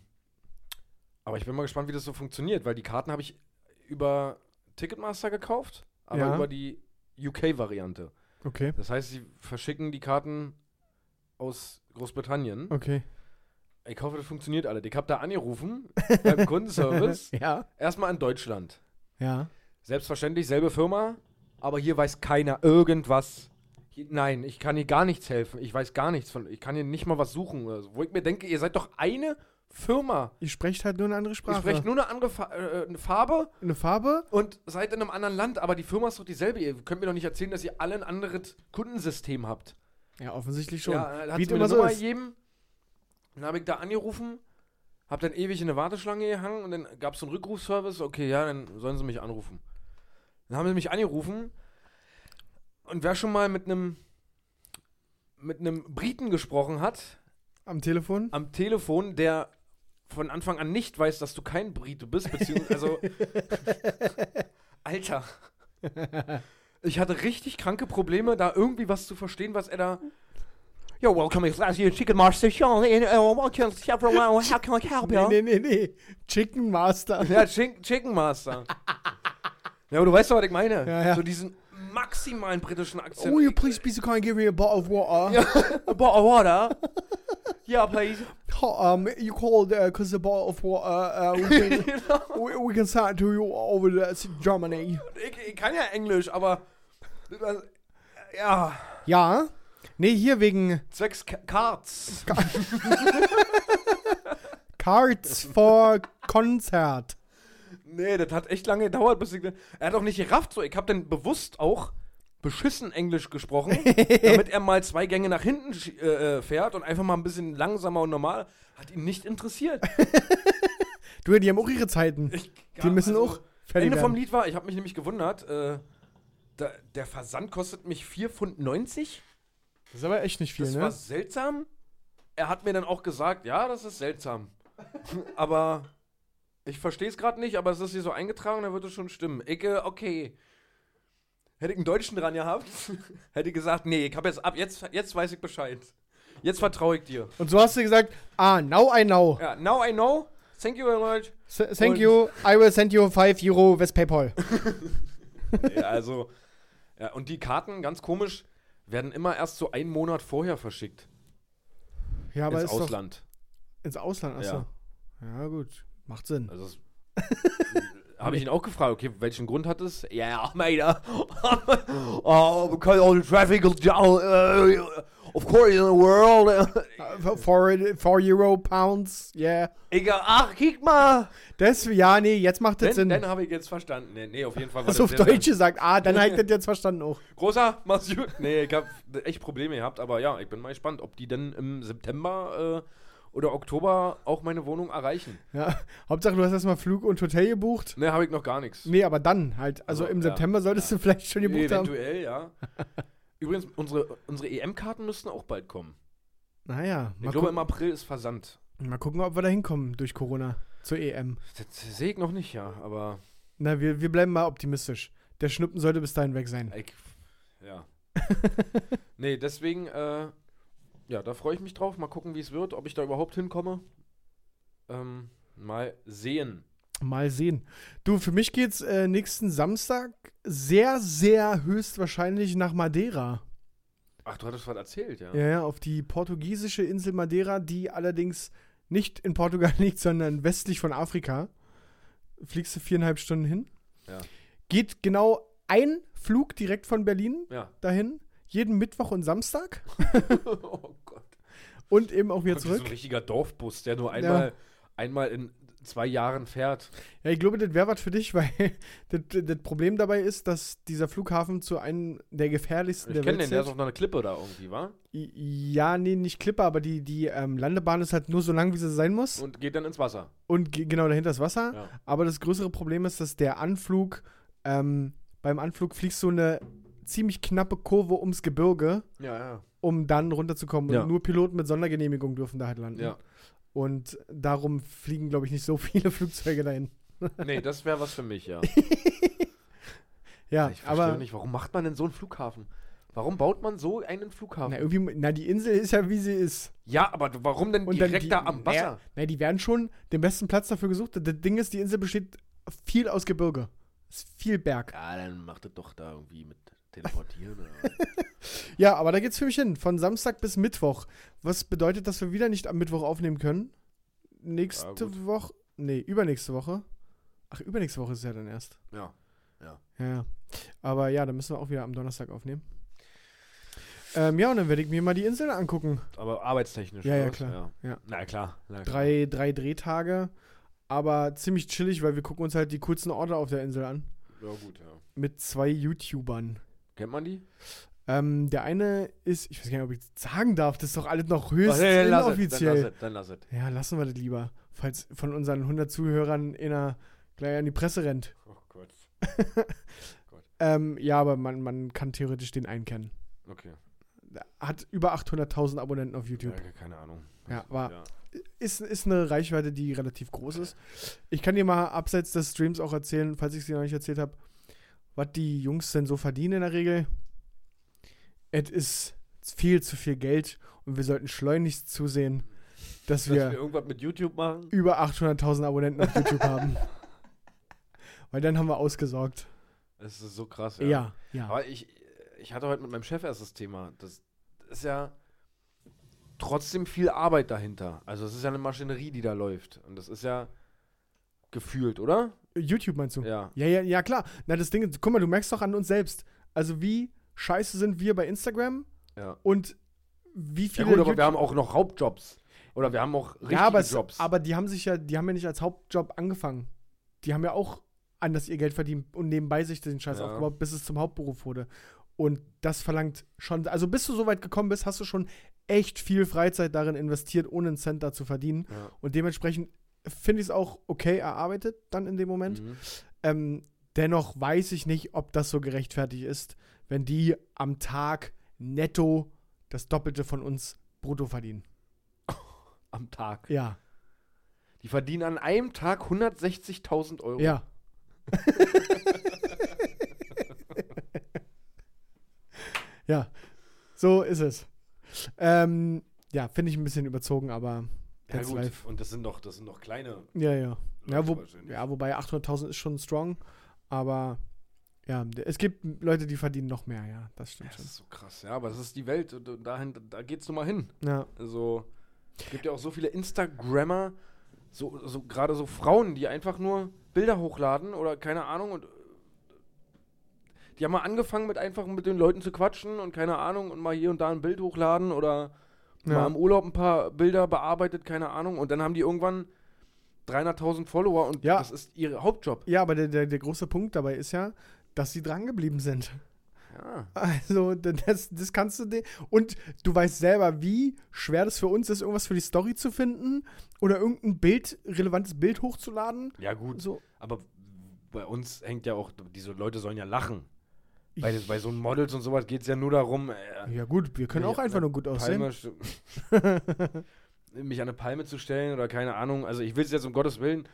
Speaker 3: aber ich bin mal gespannt, wie das so funktioniert, weil die Karten habe ich über Ticketmaster gekauft, aber
Speaker 4: Ja.
Speaker 3: über die UK-Variante.
Speaker 4: Okay.
Speaker 3: Das heißt, sie verschicken die Karten aus Großbritannien.
Speaker 4: Okay.
Speaker 3: Ich hoffe, das funktioniert alles. Ich habe da angerufen beim Kundenservice.
Speaker 4: ja.
Speaker 3: Erstmal an Deutschland.
Speaker 4: Ja.
Speaker 3: Selbstverständlich, selbe Firma, aber hier weiß keiner irgendwas. Hier, nein, ich kann hier gar nichts helfen. Ich weiß gar nichts von. Ich kann hier nicht mal was suchen. Oder so. Wo ich mir denke, ihr seid doch eine Firma.
Speaker 4: Ihr sprecht halt nur eine andere
Speaker 3: Ihr
Speaker 4: Sprache.
Speaker 3: sprecht nur eine andere Fa äh, eine Farbe
Speaker 4: eine Farbe?
Speaker 3: und seid in einem anderen Land, aber die Firma ist doch dieselbe. Ihr könnt mir doch nicht erzählen, dass ihr alle ein anderes Kundensystem habt.
Speaker 4: Ja, offensichtlich schon.
Speaker 3: Ja, hat
Speaker 4: Wie
Speaker 3: mir
Speaker 4: es
Speaker 3: eine
Speaker 4: immer so
Speaker 3: Nummer
Speaker 4: ist.
Speaker 3: gegeben. Dann habe ich da angerufen, habe dann ewig in eine Warteschlange gehangen und dann gab es so einen Rückrufservice. Okay, ja, dann sollen sie mich anrufen. Dann haben sie mich angerufen und wer schon mal mit einem mit einem Briten gesprochen hat
Speaker 4: Am Telefon?
Speaker 3: am Telefon, der von Anfang an nicht weiß, dass du kein Brite bist, beziehungsweise also Alter, ich hatte richtig kranke Probleme, da irgendwie was zu verstehen, was er da
Speaker 5: You're welcome, it's last year, Chicken Master Sean, and uh, welcome to everyone, how can I help you?
Speaker 4: Nee, nee, nee, nee. Chicken Master.
Speaker 3: Ja, Chicken, Chicken Master. ja, aber du weißt doch, was ich meine.
Speaker 4: Ja, ja.
Speaker 3: So diesen maximalen britischen Akzent.
Speaker 4: Oh, you please be so kind, give me a bottle of water.
Speaker 3: A bottle of water. yeah, please.
Speaker 4: Oh, um, you called because the bottle of water. Uh, we, can, we, we can send to you over the to Germany.
Speaker 3: Ich, ich kann ja Englisch, aber. Ja,
Speaker 4: Ja. Nee, hier wegen
Speaker 3: zwecks K- Cards.
Speaker 4: Cards for Konzert.
Speaker 3: Nee, das hat echt lange gedauert, bis ich. Er hat auch nicht gerafft, so. Ich habe dann bewusst auch beschissen Englisch gesprochen, damit er mal zwei Gänge nach hinten schie- äh, äh, fährt und einfach mal ein bisschen langsamer und normal. Hat ihn nicht interessiert.
Speaker 4: Du, die haben auch ihre Zeiten.
Speaker 3: Ich-
Speaker 4: die müssen
Speaker 3: also-
Speaker 4: auch fertig
Speaker 3: Ende vom
Speaker 4: werden.
Speaker 3: Lied war, ich habe mich nämlich gewundert, äh, da, der Versand kostet mich 4,90 Pfund.
Speaker 4: Das ist aber echt nicht viel,
Speaker 3: Das war
Speaker 4: ne?
Speaker 3: seltsam. Er hat mir dann auch gesagt, ja, das ist seltsam. aber ich verstehe es gerade nicht, aber es ist hier so eingetragen, da wird es schon stimmen. Ich, äh, okay. Hätte ich einen Deutschen dran gehabt, hätte ich gesagt, nee, ich habe jetzt ab, jetzt, jetzt weiß ich Bescheid. Jetzt vertraue ich dir.
Speaker 4: Und so hast du gesagt, ah, now I know.
Speaker 3: Ja, now I know. Thank you very much.
Speaker 4: S thank
Speaker 3: Und-
Speaker 4: you, I will send you 5 Euro with PayPal.
Speaker 3: Ja, also, ja, und die Karten, ganz komisch, werden immer erst so einen Monat vorher verschickt.
Speaker 4: Ja, aber
Speaker 3: ins
Speaker 4: ist
Speaker 3: Ausland.
Speaker 4: Doch, ins Ausland, achso. Ja. gut. Macht Sinn.
Speaker 3: Also, es- Habe ich ihn auch gefragt, okay, welchen Grund hat es? Ja, ja, Almeida. oh, because all the traffic is down. uh, of course, in the world. Also,
Speaker 4: Äh, For,
Speaker 3: äh,
Speaker 4: for Euro, Pounds, yeah.
Speaker 3: Egal, ach, kick mal.
Speaker 4: Das, ja, nee, jetzt macht das
Speaker 3: Dann,
Speaker 4: Sinn.
Speaker 3: dann habe ich jetzt verstanden. Nee, nee auf jeden Fall war
Speaker 4: Hast du auf
Speaker 3: sehr, sehr-
Speaker 4: Deutsch gesagt. Ah, dann habe ich das jetzt verstanden auch.
Speaker 3: Großer, mach's gut. Nee, ich hab echt Probleme gehabt, aber ja, ich bin mal gespannt, ob die dann im September äh, oder Oktober auch meine Wohnung erreichen.
Speaker 4: Ja. Hauptsache, du hast erstmal Flug und Hotel gebucht.
Speaker 3: Ne, habe ich noch gar nichts.
Speaker 4: Nee, aber dann halt. Also im
Speaker 3: Ja.
Speaker 4: September solltest du vielleicht schon gebucht haben.
Speaker 3: Eventuell, ja. Übrigens, unsere, unsere EM-Karten müssten auch bald kommen.
Speaker 4: Naja,
Speaker 3: Ich
Speaker 4: mal,
Speaker 3: glaube,
Speaker 4: gu
Speaker 3: im April ist Versand.
Speaker 4: mal gucken, ob wir da hinkommen durch Corona zur EM.
Speaker 3: Das sehe ich noch nicht, ja, aber
Speaker 4: Na, wir, wir bleiben mal optimistisch. Der Schnuppen sollte bis dahin weg sein.
Speaker 3: ich, ja. nee, deswegen, äh, ja, da freue ich mich drauf. Mal gucken, wie es wird, ob ich da überhaupt hinkomme. Ähm, mal sehen.
Speaker 4: Mal sehen. Du, für mich geht's äh, nächsten Samstag sehr, sehr höchstwahrscheinlich nach Madeira.
Speaker 3: Ach, du hattest was erzählt, ja.
Speaker 4: Ja, ja, auf die portugiesische Insel Madeira, die allerdings nicht in Portugal liegt, sondern westlich von Afrika. Fliegst du viereinhalb Stunden hin.
Speaker 3: Ja.
Speaker 4: Geht genau ein Flug direkt von Berlin
Speaker 3: ja.
Speaker 4: dahin, jeden Mittwoch und Samstag
Speaker 3: oh Gott.
Speaker 4: und eben auch wieder
Speaker 3: Wie so ein
Speaker 4: zurück.
Speaker 3: richtiger Dorfbus, der nur einmal, einmal in zwei Jahren fährt.
Speaker 4: Ja, ich glaube, das wäre was für dich, weil das, das Problem dabei ist, dass dieser Flughafen zu einem der gefährlichsten
Speaker 3: Ich
Speaker 4: der
Speaker 3: kenne
Speaker 4: Welt
Speaker 3: den, der ist
Speaker 4: zählt.
Speaker 3: auf einer Klippe da irgendwie, wa?
Speaker 4: I- Ja, nee, nicht Klippe, aber die, die ähm, Landebahn ist halt nur so lang, wie sie sein muss.
Speaker 3: Und geht dann ins Wasser.
Speaker 4: Und ge- genau dahinter das Wasser.
Speaker 3: Ja.
Speaker 4: Aber das größere Problem ist, dass der Anflug, ähm, beim Anflug fliegst du eine ziemlich knappe Kurve ums Gebirge,
Speaker 3: Ja, ja.
Speaker 4: um dann runterzukommen.
Speaker 3: Ja.
Speaker 4: Und nur Piloten mit Sondergenehmigung dürfen da halt landen.
Speaker 3: Ja.
Speaker 4: Und darum fliegen, glaube ich, nicht so viele Flugzeuge dahin.
Speaker 3: Nee, das wäre was für mich, ja.
Speaker 4: Ja,
Speaker 3: ich verstehe
Speaker 4: aber
Speaker 3: nicht, warum macht man denn so einen Flughafen? Warum baut man so einen Flughafen?
Speaker 4: na, irgendwie, na, die Insel ist ja, wie sie ist.
Speaker 3: ja, aber du- warum denn
Speaker 4: Und dann
Speaker 3: direkt
Speaker 4: die-
Speaker 3: da am Wasser?
Speaker 4: Na, die werden schon den besten Platz dafür gesucht. Das Ding ist, die Insel besteht viel aus Gebirge. Ist viel Berg.
Speaker 3: Ja, dann macht das doch da irgendwie mit Teleportieren. oder was.
Speaker 4: Ja, aber da geht's für mich hin. Von Samstag bis Mittwoch. Was bedeutet, dass wir wieder nicht am Mittwoch aufnehmen können? Nächste
Speaker 3: Ja, gut.
Speaker 4: Woche. Nee, übernächste Woche. Ach, übernächste Woche ist es ja dann erst.
Speaker 3: ja.
Speaker 4: Ja, ja. Aber ja, dann müssen wir auch wieder am Donnerstag aufnehmen. Ähm, ja, und dann werde ich mir mal die Insel angucken.
Speaker 3: Aber arbeitstechnisch.
Speaker 4: Ja,
Speaker 3: oder
Speaker 4: ja,
Speaker 3: was?
Speaker 4: klar. Ja.
Speaker 3: Na klar. Na klar.
Speaker 4: Drei, drei Drehtage. Aber ziemlich chillig, weil wir gucken uns halt die coolsten Orte auf der Insel an.
Speaker 3: Ja, gut, ja.
Speaker 4: Mit zwei YouTubern.
Speaker 3: Kennt man die?
Speaker 4: Ähm, der eine ist, ich weiß gar nicht, ob ich das sagen darf, das ist doch alles noch
Speaker 3: Ach,
Speaker 4: höchst
Speaker 3: nee, lass es,
Speaker 4: inoffiziell.
Speaker 3: Dann lass es, dann lass es.
Speaker 4: Ja, lassen wir das lieber. Falls von unseren 100 Zuhörern einer gleich an die Presse rennt.
Speaker 3: Oh Gott.
Speaker 4: Ähm, ja, aber man, man kann theoretisch den einkennen.
Speaker 3: Okay.
Speaker 4: Hat über 800.000 Abonnenten auf YouTube.
Speaker 3: Ja, keine Ahnung.
Speaker 4: Ja, war-
Speaker 3: Ja.
Speaker 4: Ist, ist eine Reichweite, die relativ groß ist. Ich kann dir mal abseits des Streams auch erzählen, falls ich sie noch nicht erzählt habe, was die Jungs denn so verdienen in der Regel. Es ist viel zu viel Geld und wir sollten schleunigst zusehen, dass
Speaker 3: Dass
Speaker 4: wir
Speaker 3: wir irgendwas mit YouTube machen.
Speaker 4: über 800.000 Abonnenten auf YouTube haben. Weil dann haben wir ausgesorgt.
Speaker 3: Das ist so krass,
Speaker 4: Ja, ja.
Speaker 3: Aber ich, ich hatte heute mit meinem Chef erst das Thema. Das ist ja trotzdem viel Arbeit dahinter. Also es ist ja eine Maschinerie, die da läuft. Und das ist ja gefühlt, oder?
Speaker 4: YouTube meinst du? Ja.
Speaker 3: Ja.
Speaker 4: ja, ja, klar. Na, das Ding, ist- guck mal, du merkst doch an uns selbst. Also wie scheiße sind wir bei Instagram
Speaker 3: Ja,
Speaker 4: und wie
Speaker 3: ja
Speaker 4: viele
Speaker 3: gut, aber
Speaker 4: YouTube-
Speaker 3: wir haben auch noch Hauptjobs. Oder wir haben auch richtige
Speaker 4: ja, aber, es,
Speaker 3: Jobs.
Speaker 4: aber die haben sich ja, die haben ja nicht als Hauptjob angefangen. Die haben ja auch anders ihr Geld verdient und nebenbei sich den Scheiß
Speaker 3: Ja.
Speaker 4: aufgebaut, bis es zum Hauptberuf wurde. Und das verlangt schon, also bis du so weit gekommen bist, hast du schon echt viel Freizeit darin investiert, ohne einen Cent da zu verdienen.
Speaker 3: Ja.
Speaker 4: Und dementsprechend finde ich es auch okay erarbeitet dann in dem Moment.
Speaker 3: Mhm.
Speaker 4: Ähm, dennoch weiß ich nicht, ob das so gerechtfertigt ist, wenn die am Tag netto das Doppelte von uns brutto verdienen.
Speaker 3: Am Tag.
Speaker 4: Ja,
Speaker 3: Die verdienen an einem Tag 160.000 Euro.
Speaker 4: ja. ja, so ist es. Ähm, ja, finde ich ein bisschen überzogen, aber
Speaker 3: Ja,
Speaker 4: that's
Speaker 3: gut.
Speaker 4: life.
Speaker 3: Und das sind noch, das sind noch kleine.
Speaker 4: Ja, ja. Ja,
Speaker 3: Leute
Speaker 4: wo,
Speaker 3: wahrscheinlich.
Speaker 4: ja, wobei 800.000 ist schon strong, aber ja, es gibt Leute, die verdienen noch mehr, ja, das stimmt
Speaker 3: Das
Speaker 4: schon.
Speaker 3: ist so krass. Ja, aber das ist die Welt. Und und dahin, da geht's nun mal hin.
Speaker 4: Ja.
Speaker 3: Also, es gibt ja auch so viele Instagrammer, so, so gerade so Frauen, die einfach nur Bilder hochladen oder keine Ahnung und äh, die haben mal angefangen mit einfach mit den Leuten zu quatschen und keine Ahnung und mal hier und da ein Bild hochladen oder mal
Speaker 4: Ja.
Speaker 3: im Urlaub ein paar Bilder bearbeitet, keine Ahnung und dann haben die irgendwann 300.000 Follower und
Speaker 4: Ja.
Speaker 3: das ist ihr Hauptjob.
Speaker 4: Ja, aber der, der, der große Punkt dabei ist ja, dass sie dran geblieben sind.
Speaker 3: Ja.
Speaker 4: Also, d- das, das kannst du. de- Und du weißt selber, wie schwer das für uns ist, irgendwas für die Story zu finden oder irgendein Bild, relevantes Bild hochzuladen.
Speaker 3: Ja, gut.
Speaker 4: So,
Speaker 3: Aber bei uns hängt ja auch, diese Leute sollen ja lachen. Bei, bei so Models und sowas geht es ja nur darum, äh,
Speaker 4: ja, gut, wir können
Speaker 3: Ja,
Speaker 4: auch einfach
Speaker 3: ne,
Speaker 4: nur gut aussehen.
Speaker 3: Palme, mich an eine Palme zu stellen oder keine Ahnung. Also ich will es jetzt um Gottes Willen.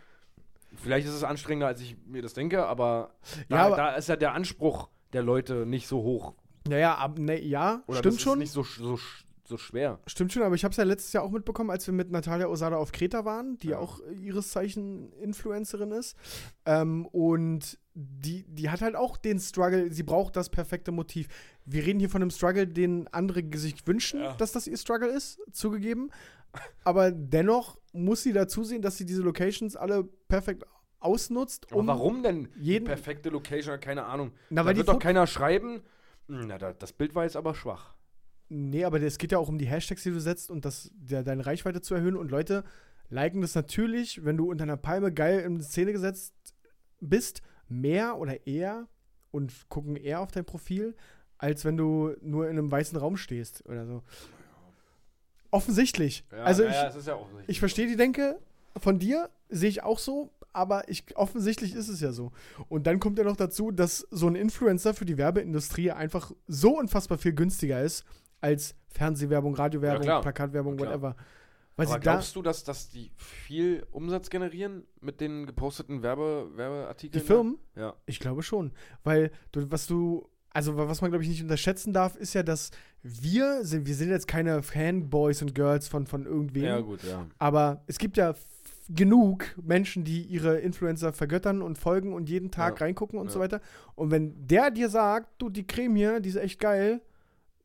Speaker 3: Vielleicht ist es anstrengender, als ich mir das denke, aber da,
Speaker 4: Ja, aber-
Speaker 3: da ist ja der Anspruch der Leute nicht so hoch.
Speaker 4: Naja, ab, ne, ja,
Speaker 3: Oder das
Speaker 4: stimmt
Speaker 3: ist
Speaker 4: schon.
Speaker 3: nicht so, sch- so, sch- so schwer.
Speaker 4: Stimmt schon, aber ich habe es ja letztes Jahr auch mitbekommen, als wir mit Natalia Osada auf Kreta waren, die
Speaker 3: Ja.
Speaker 4: auch äh, ihres Zeichen Influencerin ist. Ähm, und die, die hat halt auch den Struggle, sie braucht das perfekte Motiv. Wir reden hier von einem Struggle, den andere sich wünschen,
Speaker 3: Ja.
Speaker 4: dass das ihr Struggle ist, zugegeben. Aber dennoch muss sie dazu sehen, dass sie diese Locations alle perfekt ausnutzt. um
Speaker 3: Aber warum denn?
Speaker 4: jeden-
Speaker 3: perfekte Location, oder keine Ahnung.
Speaker 4: Na,
Speaker 3: da
Speaker 4: weil die
Speaker 3: wird doch
Speaker 4: Fot-
Speaker 3: keiner schreiben. Hm, Na, da, das Bild war jetzt aber schwach.
Speaker 4: Nee, aber es geht ja auch um die Hashtags, die du setzt und das, der, deine Reichweite zu erhöhen. Und Leute liken das natürlich, wenn du unter einer Palme geil in Szene gesetzt bist, mehr oder eher und gucken eher auf dein Profil, als wenn du nur in einem weißen Raum stehst oder so. Offensichtlich. also
Speaker 3: na
Speaker 4: ich,
Speaker 3: ja, es ist ja auch
Speaker 4: ich verstehe die Denke von dir, sehe ich auch so, aber ich, offensichtlich ist es ja so. Und dann kommt ja noch dazu, dass so ein Influencer für die Werbeindustrie einfach so unfassbar viel günstiger ist als Fernsehwerbung, Radiowerbung,
Speaker 3: Ja, klar.
Speaker 4: Plakatwerbung,
Speaker 3: Ja, klar.
Speaker 4: whatever.
Speaker 3: Aber
Speaker 4: Weil sie da,
Speaker 3: glaubst du, dass, dass die viel Umsatz generieren mit den geposteten Werbe,
Speaker 4: die
Speaker 3: Werbeartikeln?
Speaker 4: Firmen,
Speaker 3: Ja.
Speaker 4: ich glaube schon, weil du, was du, also wa- was man glaube ich nicht unterschätzen darf, ist ja, dass wir sind, wir sind jetzt keine Fanboys und Girls von, von irgendwem.
Speaker 3: Ja, gut, ja.
Speaker 4: Aber es gibt ja f- genug Menschen, die ihre Influencer vergöttern und folgen und jeden Tag
Speaker 3: Ja.
Speaker 4: reingucken und
Speaker 3: Ja.
Speaker 4: so weiter. Und wenn der dir sagt, du, die Creme hier, die ist echt geil,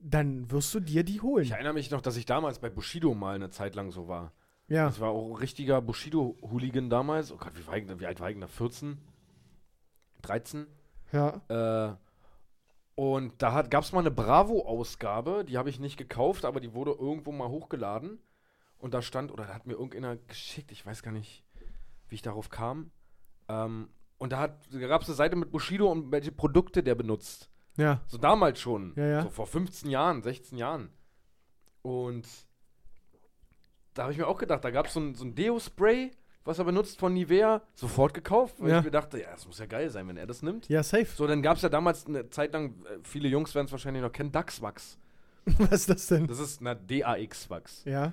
Speaker 4: dann wirst du dir die holen.
Speaker 3: Ich erinnere mich noch, dass ich damals bei Bushido mal eine Zeit lang so war.
Speaker 4: ja.
Speaker 3: Das war auch ein richtiger Bushido-Hooligan damals. Oh Gott, wie, war ich, denn- wie alt war ich denn da? 14? 13?
Speaker 4: ja.
Speaker 3: Äh, und da gab es mal eine Bravo-Ausgabe, die habe ich nicht gekauft, aber die wurde irgendwo mal hochgeladen. Und da stand, oder da hat mir irgendeiner geschickt, ich weiß gar nicht, wie ich darauf kam. Ähm, und da, da gab es eine Seite mit Bushido und welche Produkte der benutzt.
Speaker 4: Ja.
Speaker 3: So damals schon.
Speaker 4: Ja, ja.
Speaker 3: So vor 15 Jahren, 16 Jahren. Und da habe ich mir auch gedacht, da gab so es so ein Deo-Spray, was er benutzt von Nivea, sofort gekauft, weil
Speaker 4: Ja.
Speaker 3: ich mir dachte, ja, das muss ja geil sein, wenn er das nimmt.
Speaker 4: Ja, safe.
Speaker 3: So, dann gab es ja damals eine Zeit lang, äh, viele Jungs werden es wahrscheinlich noch kennen, Dachswachs.
Speaker 4: Was ist das denn?
Speaker 3: Das ist, na, DAX-Wachs.
Speaker 4: Ja.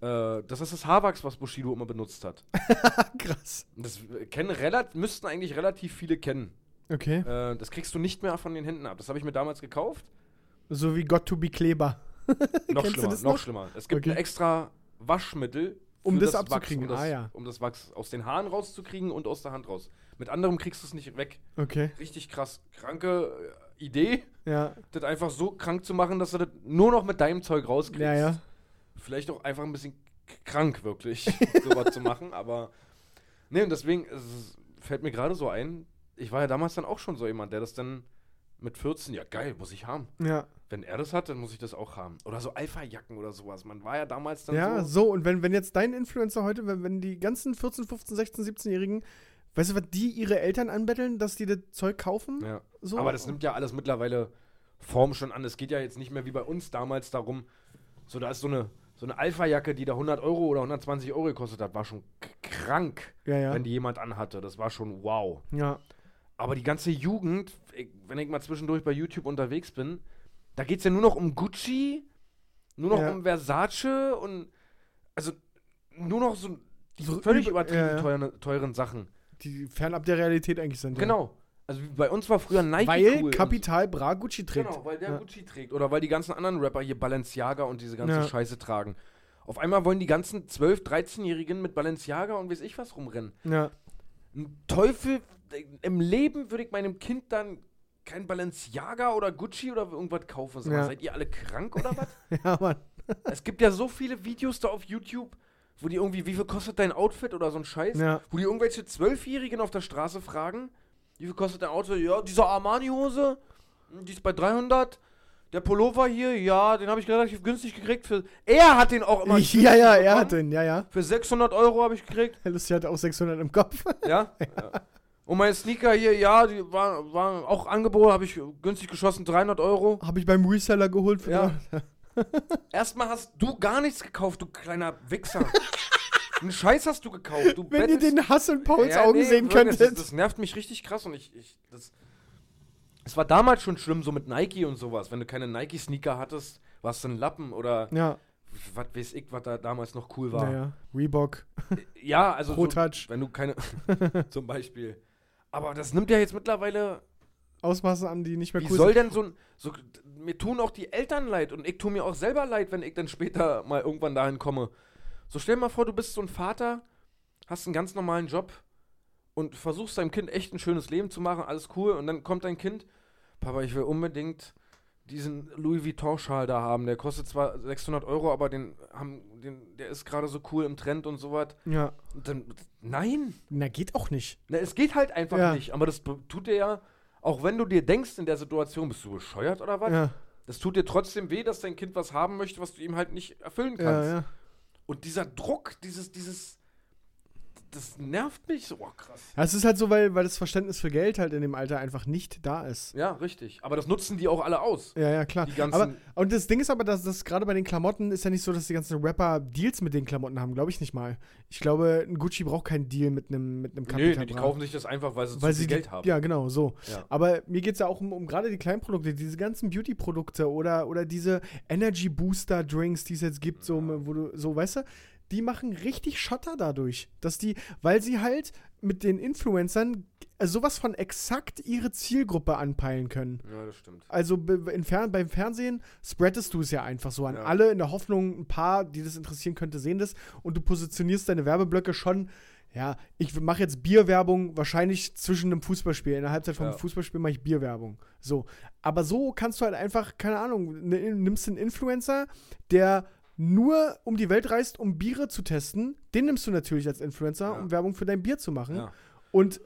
Speaker 3: Äh, das ist das Haarwachs, was Bushido immer benutzt hat.
Speaker 4: Krass.
Speaker 3: Und Das äh, kennen relat müssten eigentlich relativ viele kennen.
Speaker 4: Okay.
Speaker 3: Äh, das kriegst du nicht mehr von den Händen ab. Das habe ich mir damals gekauft.
Speaker 4: So wie Got to be Kleber.
Speaker 3: noch
Speaker 4: Kennst du
Speaker 3: schlimmer,
Speaker 4: das
Speaker 3: noch
Speaker 4: noch?
Speaker 3: schlimmer. Es gibt
Speaker 4: Okay.
Speaker 3: ein extra Waschmittel,
Speaker 4: Um
Speaker 3: für
Speaker 4: das
Speaker 3: Wachs,
Speaker 4: abzukriegen.
Speaker 3: um das,
Speaker 4: Ah, ja.
Speaker 3: um das Wachs aus den Haaren rauszukriegen und aus der Hand raus. Mit anderem kriegst du es nicht weg.
Speaker 4: Okay.
Speaker 3: Richtig krass kranke äh, Idee,
Speaker 4: Ja.
Speaker 3: das einfach so krank zu machen, dass du das nur noch mit deinem Zeug rauskriegst.
Speaker 4: Ja, ja.
Speaker 3: Vielleicht auch einfach ein bisschen k- krank, wirklich, sowas zu machen, aber. Nee, und deswegen es ist- fällt mir gerade so ein, ich war ja damals dann auch schon so jemand, der das dann mit 14, ja geil, muss ich haben.
Speaker 4: Ja.
Speaker 3: Wenn er das hat, dann muss ich das auch haben. Oder so Alpha-Jacken oder sowas. Man war ja damals dann
Speaker 4: Ja,
Speaker 3: so.
Speaker 4: so, und wenn, wenn jetzt dein Influencer heute, wenn, wenn die ganzen 14, 15, 16, 17-Jährigen, weißt du, was die ihre Eltern anbetteln, dass die das Zeug kaufen?
Speaker 3: Ja.
Speaker 4: So?
Speaker 3: Aber das nimmt ja alles mittlerweile Form schon an. Es geht ja jetzt nicht mehr wie bei uns damals darum, so da ist so eine, so eine Alpha-Jacke, die da 100 Euro oder 120 Euro gekostet hat, war schon k- krank,
Speaker 4: Ja, ja.
Speaker 3: wenn die jemand anhatte. Das war schon wow.
Speaker 4: Ja.
Speaker 3: Aber die ganze Jugend, ich- wenn ich mal zwischendurch bei YouTube unterwegs bin, da geht es ja nur noch um Gucci, nur noch
Speaker 4: Ja.
Speaker 3: um Versace und also nur noch so die
Speaker 4: So
Speaker 3: völlig
Speaker 4: übe-
Speaker 3: übertrieben
Speaker 4: ja, ja.
Speaker 3: Teuren, teuren Sachen.
Speaker 4: die fernab der Realität eigentlich sind.
Speaker 3: Genau. Also wie bei uns war früher
Speaker 4: Ja.
Speaker 3: Nike
Speaker 4: Weil
Speaker 3: cool. und-
Speaker 4: Kapital Bra Gucci trägt.
Speaker 3: Genau, weil der
Speaker 4: ja.
Speaker 3: Gucci trägt. Oder weil die ganzen anderen Rapper hier Balenciaga und diese ganze
Speaker 4: Ja.
Speaker 3: Scheiße tragen. Auf einmal wollen die ganzen 12-, 13-Jährigen mit Balenciaga und weiß ich was rumrennen.
Speaker 4: Ja.
Speaker 3: Ein Teufel, äh, im Leben würde ich meinem Kind dann kein Balenciaga oder Gucci oder irgendwas kaufen. Sag mal,
Speaker 4: Ja.
Speaker 3: Seid ihr alle krank oder was?
Speaker 4: ja, Mann.
Speaker 3: es gibt ja so viele Videos da auf YouTube wo die irgendwie, wie viel kostet dein Outfit oder so ein Scheiß?
Speaker 4: Ja.
Speaker 3: Wo die irgendwelche Zwölfjährigen auf der Straße fragen, wie viel kostet dein Outfit? Ja, diese Armani-Hose, die ist bei 300. Der Pullover hier, ja, den habe ich relativ günstig gekriegt. Für, er hat den auch immer günstig
Speaker 4: Ja, ja, er
Speaker 3: bekommen.
Speaker 4: hat den, ja, ja.
Speaker 3: Für 600 Euro habe ich gekriegt.
Speaker 4: Lucy hatte auch 600 im Kopf.
Speaker 3: Ja? ja. Und mein Sneaker hier, ja, die waren war auch Angebot, habe ich günstig geschossen, 300 Euro.
Speaker 4: Habe ich beim Reseller geholt. Für
Speaker 3: Ja. Erstmal hast du gar nichts gekauft, du kleiner Wichser. Einen Scheiß hast du gekauft. Du
Speaker 4: Wenn ihr
Speaker 3: bettelst-
Speaker 4: den Hass in Pauls
Speaker 3: Ja,
Speaker 4: Augen
Speaker 3: nee,
Speaker 4: sehen
Speaker 3: wirklich,
Speaker 4: könntet.
Speaker 3: Das, das nervt mich richtig krass und ich. ich das, es war damals schon schlimm, so mit Nike und sowas. Wenn du keine Nike-Sneaker hattest, warst du ein Lappen oder
Speaker 4: ja,
Speaker 3: was weiß ich, was da damals noch cool war.
Speaker 4: naja. Reebok.
Speaker 3: Ja, also
Speaker 4: Pro
Speaker 3: so,
Speaker 4: Touch.
Speaker 3: wenn du keine zum Beispiel. Aber das nimmt ja jetzt mittlerweile.
Speaker 4: Ausmaße an, die nicht mehr
Speaker 3: Wie
Speaker 4: cool
Speaker 3: soll denn so ein so mir tun auch die Eltern leid und ich tue mir auch selber leid, wenn ich dann später mal irgendwann dahin komme. So stell dir mal vor, du bist so ein Vater, hast einen ganz normalen Job und versuchst deinem Kind echt ein schönes Leben zu machen, alles cool und dann kommt dein Kind, Papa, ich will unbedingt diesen Louis Vuitton Schal da haben. Der kostet zwar 600 Euro, aber den haben, den, der ist gerade so cool im Trend und sowas.
Speaker 4: sind. Ja.
Speaker 3: Und dann, nein.
Speaker 4: Na, geht auch nicht.
Speaker 3: Na, es geht halt einfach
Speaker 4: Ja.
Speaker 3: nicht. Aber das be- tut dir ja, auch wenn du dir denkst in der Situation, bist du bescheuert oder was?
Speaker 4: Ja,
Speaker 3: Das tut dir trotzdem weh, dass dein Kind was haben möchte, was du ihm halt nicht erfüllen
Speaker 4: ja,
Speaker 3: kannst.
Speaker 4: ja.
Speaker 3: Und dieser Druck, dieses, dieses, das nervt mich so. Oh, krass.
Speaker 4: Ja, Es ist halt so, weil, weil das Verständnis für Geld halt in dem Alter einfach nicht da ist.
Speaker 3: Ja, richtig. Aber das nutzen die auch alle aus.
Speaker 4: Ja, ja, klar.
Speaker 3: Die ganzen-
Speaker 4: aber, und das Ding ist aber, dass das gerade bei den Klamotten ist ja nicht so, dass die ganzen Rapper Deals mit den Klamotten haben, glaube ich nicht mal. Ich glaube, ein Gucci braucht keinen Deal mit einem mit einem
Speaker 3: Nee,
Speaker 4: Capital
Speaker 3: nee, die
Speaker 4: Bra.
Speaker 3: kaufen sich das einfach, weil sie
Speaker 4: weil
Speaker 3: zu
Speaker 4: sie
Speaker 3: viel
Speaker 4: die-
Speaker 3: Geld haben.
Speaker 4: Ja, genau, so.
Speaker 3: Ja.
Speaker 4: Aber mir geht es ja auch um, um gerade die Kleinprodukte, diese ganzen Beauty-Produkte oder, oder diese Energy Booster-Drinks, die es jetzt gibt, so, wo du, so, weißt du, die machen richtig Schotter dadurch. Dass die, weil sie halt mit den Influencern äh, sowas von exakt ihre Zielgruppe anpeilen können.
Speaker 3: ja, das stimmt.
Speaker 4: Also be- in Fern beim Fernsehen spreadest du es ja einfach so an
Speaker 3: Ja.
Speaker 4: alle in der Hoffnung, ein paar, die das interessieren könnte, sehen das und du positionierst deine Werbeblöcke schon. Ja, ich mache jetzt Bierwerbung wahrscheinlich zwischen einem Fußballspiel. In der Halbzeit vom
Speaker 3: Ja.
Speaker 4: Fußballspiel mache ich Bierwerbung. So. Aber so kannst du halt einfach, keine Ahnung, ne, nimmst einen Influencer, der nur um die Welt reist, um Biere zu testen. Den nimmst du natürlich als
Speaker 3: Ja.
Speaker 4: Influencer, um Werbung für dein Bier zu machen.
Speaker 3: Ja.
Speaker 4: Und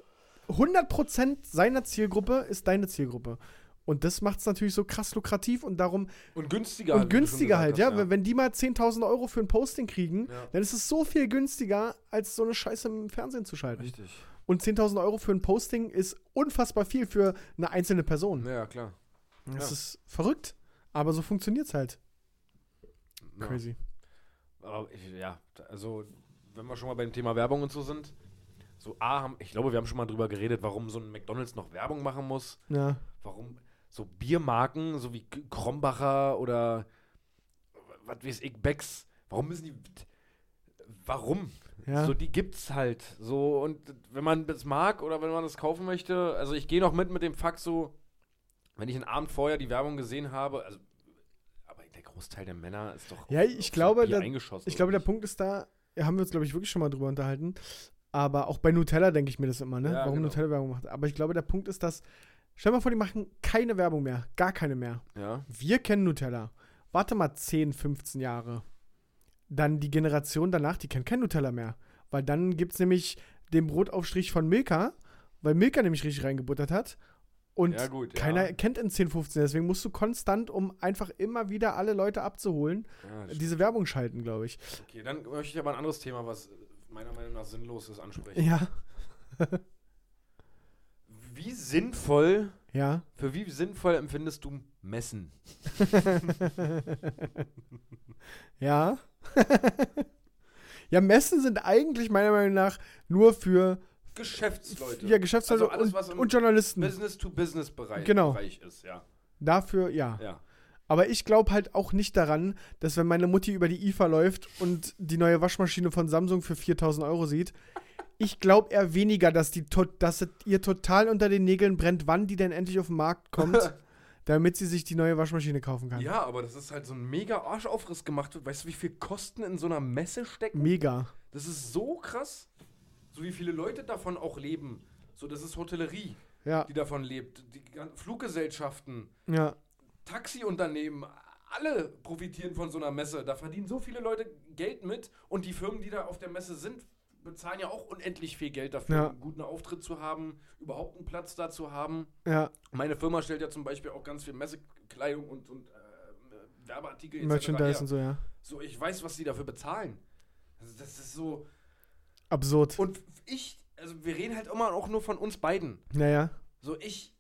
Speaker 4: 100% seiner Zielgruppe ist deine Zielgruppe. Und das macht es natürlich so krass lukrativ und darum
Speaker 3: Und günstiger.
Speaker 4: und günstiger halt, ja. Wenn-
Speaker 3: Wenn,
Speaker 4: Wenn die mal 10.000 Euro für ein Posting kriegen,
Speaker 3: Ja.
Speaker 4: dann ist es so viel günstiger, als so eine Scheiße im Fernsehen zu schalten.
Speaker 3: Richtig.
Speaker 4: Und 10.000 Euro für ein Posting ist unfassbar viel für eine einzelne Person.
Speaker 3: Ja, klar.
Speaker 4: Das
Speaker 3: Ja.
Speaker 4: ist verrückt, aber so funktioniert es halt.
Speaker 3: Ja.
Speaker 4: Crazy.
Speaker 3: Aber ich, ja, also wenn wir schon mal beim Thema Werbung und so sind, so A, haben, ich glaube, wir haben schon mal drüber geredet, warum so ein McDonalds noch Werbung machen muss,
Speaker 4: Ja.
Speaker 3: warum so Biermarken, so wie K- Krombacher oder was weiß ich, Becks, warum müssen die, warum?
Speaker 4: Ja.
Speaker 3: So, die gibt's halt. So, und wenn man das mag oder wenn man das kaufen möchte, also ich gehe noch mit mit dem Fakt so, wenn ich einen Abend vorher die Werbung gesehen habe, also, aber der Großteil der Männer ist doch
Speaker 4: Ja,
Speaker 3: auf-
Speaker 4: ich
Speaker 3: auf so
Speaker 4: glaube,
Speaker 3: Bier
Speaker 4: da-
Speaker 3: eingeschossen,
Speaker 4: Ich glaube,
Speaker 3: oder
Speaker 4: der Punkt ist da, ja, haben wir uns, glaube ich, wirklich schon mal drüber unterhalten. Aber auch bei Nutella denke ich mir das immer, ne?
Speaker 3: Ja,
Speaker 4: Warum
Speaker 3: genau.
Speaker 4: Nutella Werbung macht. Aber ich glaube, der Punkt ist, dass, stell mal vor, die machen keine Werbung mehr. Gar keine mehr.
Speaker 3: nicht? Ja.
Speaker 4: Wir kennen Nutella. Warte mal 10, 15 Jahre. Dann die Generation danach, die kennt kein Nutella mehr. Weil dann gibt es nämlich den Brotaufstrich von Milka, weil Milka nämlich richtig reingebuttert hat. Und
Speaker 3: Ja, gut, ja.
Speaker 4: keiner kennt in 10, 15. Deswegen musst du konstant, um einfach immer wieder alle Leute abzuholen,
Speaker 3: Ja, das
Speaker 4: diese Werbung schalten, glaube ich.
Speaker 3: Okay, dann möchte ich aber ein anderes Thema, was äh, meiner Meinung nach sinnlos ist, ansprechen.
Speaker 4: Ja.
Speaker 3: Wie sinnvoll,
Speaker 4: Ja.
Speaker 3: für wie sinnvoll empfindest du Messen?
Speaker 4: ja. ja, Messen sind eigentlich meiner Meinung nach nur für
Speaker 3: Geschäftsleute.
Speaker 4: ja, Geschäftsleute
Speaker 3: Also alles, was
Speaker 4: und,
Speaker 3: im
Speaker 4: und Journalisten.
Speaker 3: Business-to-Business-Bereich
Speaker 4: Genau.
Speaker 3: Bereich ist, ja.
Speaker 4: Dafür, ja.
Speaker 3: ja.
Speaker 4: Aber ich glaube halt auch nicht daran, dass wenn meine Mutti über die IFA läuft und die neue Waschmaschine von Samsung für 4000 Euro sieht, ich glaube eher weniger, dass, die tot, dass es ihr total unter den Nägeln brennt, wann die denn endlich auf den Markt kommt, damit sie sich die neue Waschmaschine kaufen kann.
Speaker 3: Ja, aber das ist halt so ein mega Arschaufriss gemacht wird. Weißt du, wie viel Kosten in so einer Messe stecken?
Speaker 4: Mega.
Speaker 3: Das ist so krass. So wie viele Leute davon auch leben. So, das ist Hotellerie,
Speaker 4: Ja,
Speaker 3: die davon lebt. Die gan- Fluggesellschaften,
Speaker 4: ja.
Speaker 3: Taxiunternehmen, alle profitieren von so einer Messe. Da verdienen so viele Leute Geld mit und die Firmen, die da auf der Messe sind, bezahlen ja auch unendlich viel Geld dafür,
Speaker 4: Ja.
Speaker 3: einen guten Auftritt zu haben, überhaupt einen Platz da zu haben.
Speaker 4: Ja,
Speaker 3: Meine Firma stellt ja zum Beispiel auch ganz viel Messekleidung und, und äh, Werbeartikel etc.
Speaker 4: Merchandise
Speaker 3: her.
Speaker 4: und so, ja.
Speaker 3: So, ich weiß, was die dafür bezahlen. Also das ist so.
Speaker 4: Absurd.
Speaker 3: Und ich, also wir reden halt immer auch nur von uns beiden.
Speaker 4: naja.
Speaker 3: So, ich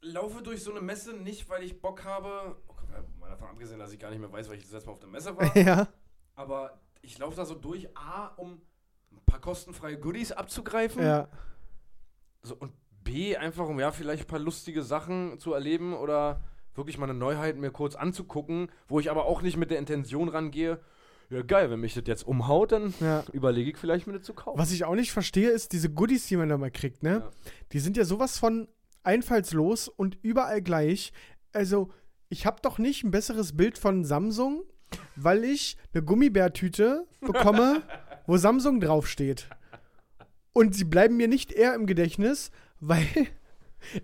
Speaker 3: laufe durch so eine Messe nicht, weil ich Bock habe. Oh, Gott, mal davon abgesehen, dass ich gar nicht mehr weiß, weil ich das letzte Mal auf der Messe war.
Speaker 4: ja.
Speaker 3: aber ich laufe da so durch, A, um ein paar kostenfreie Goodies abzugreifen.
Speaker 4: Ja.
Speaker 3: So, und B, einfach um ja vielleicht ein paar lustige Sachen zu erleben oder wirklich mal eine Neuheit mir kurz anzugucken, wo ich aber auch nicht mit der Intention rangehe, ja geil, wenn mich das jetzt umhaut, dann
Speaker 4: Ja.
Speaker 3: überlege ich vielleicht mir das zu kaufen.
Speaker 4: Was ich auch nicht verstehe, ist diese Goodies, die man da mal kriegt, ne?
Speaker 3: Ja.
Speaker 4: Die sind ja sowas von einfallslos und überall gleich. Also, ich habe doch nicht ein besseres Bild von Samsung, weil ich eine Gummibärtüte bekomme, wo Samsung draufsteht. Und sie bleiben mir nicht eher im Gedächtnis, weil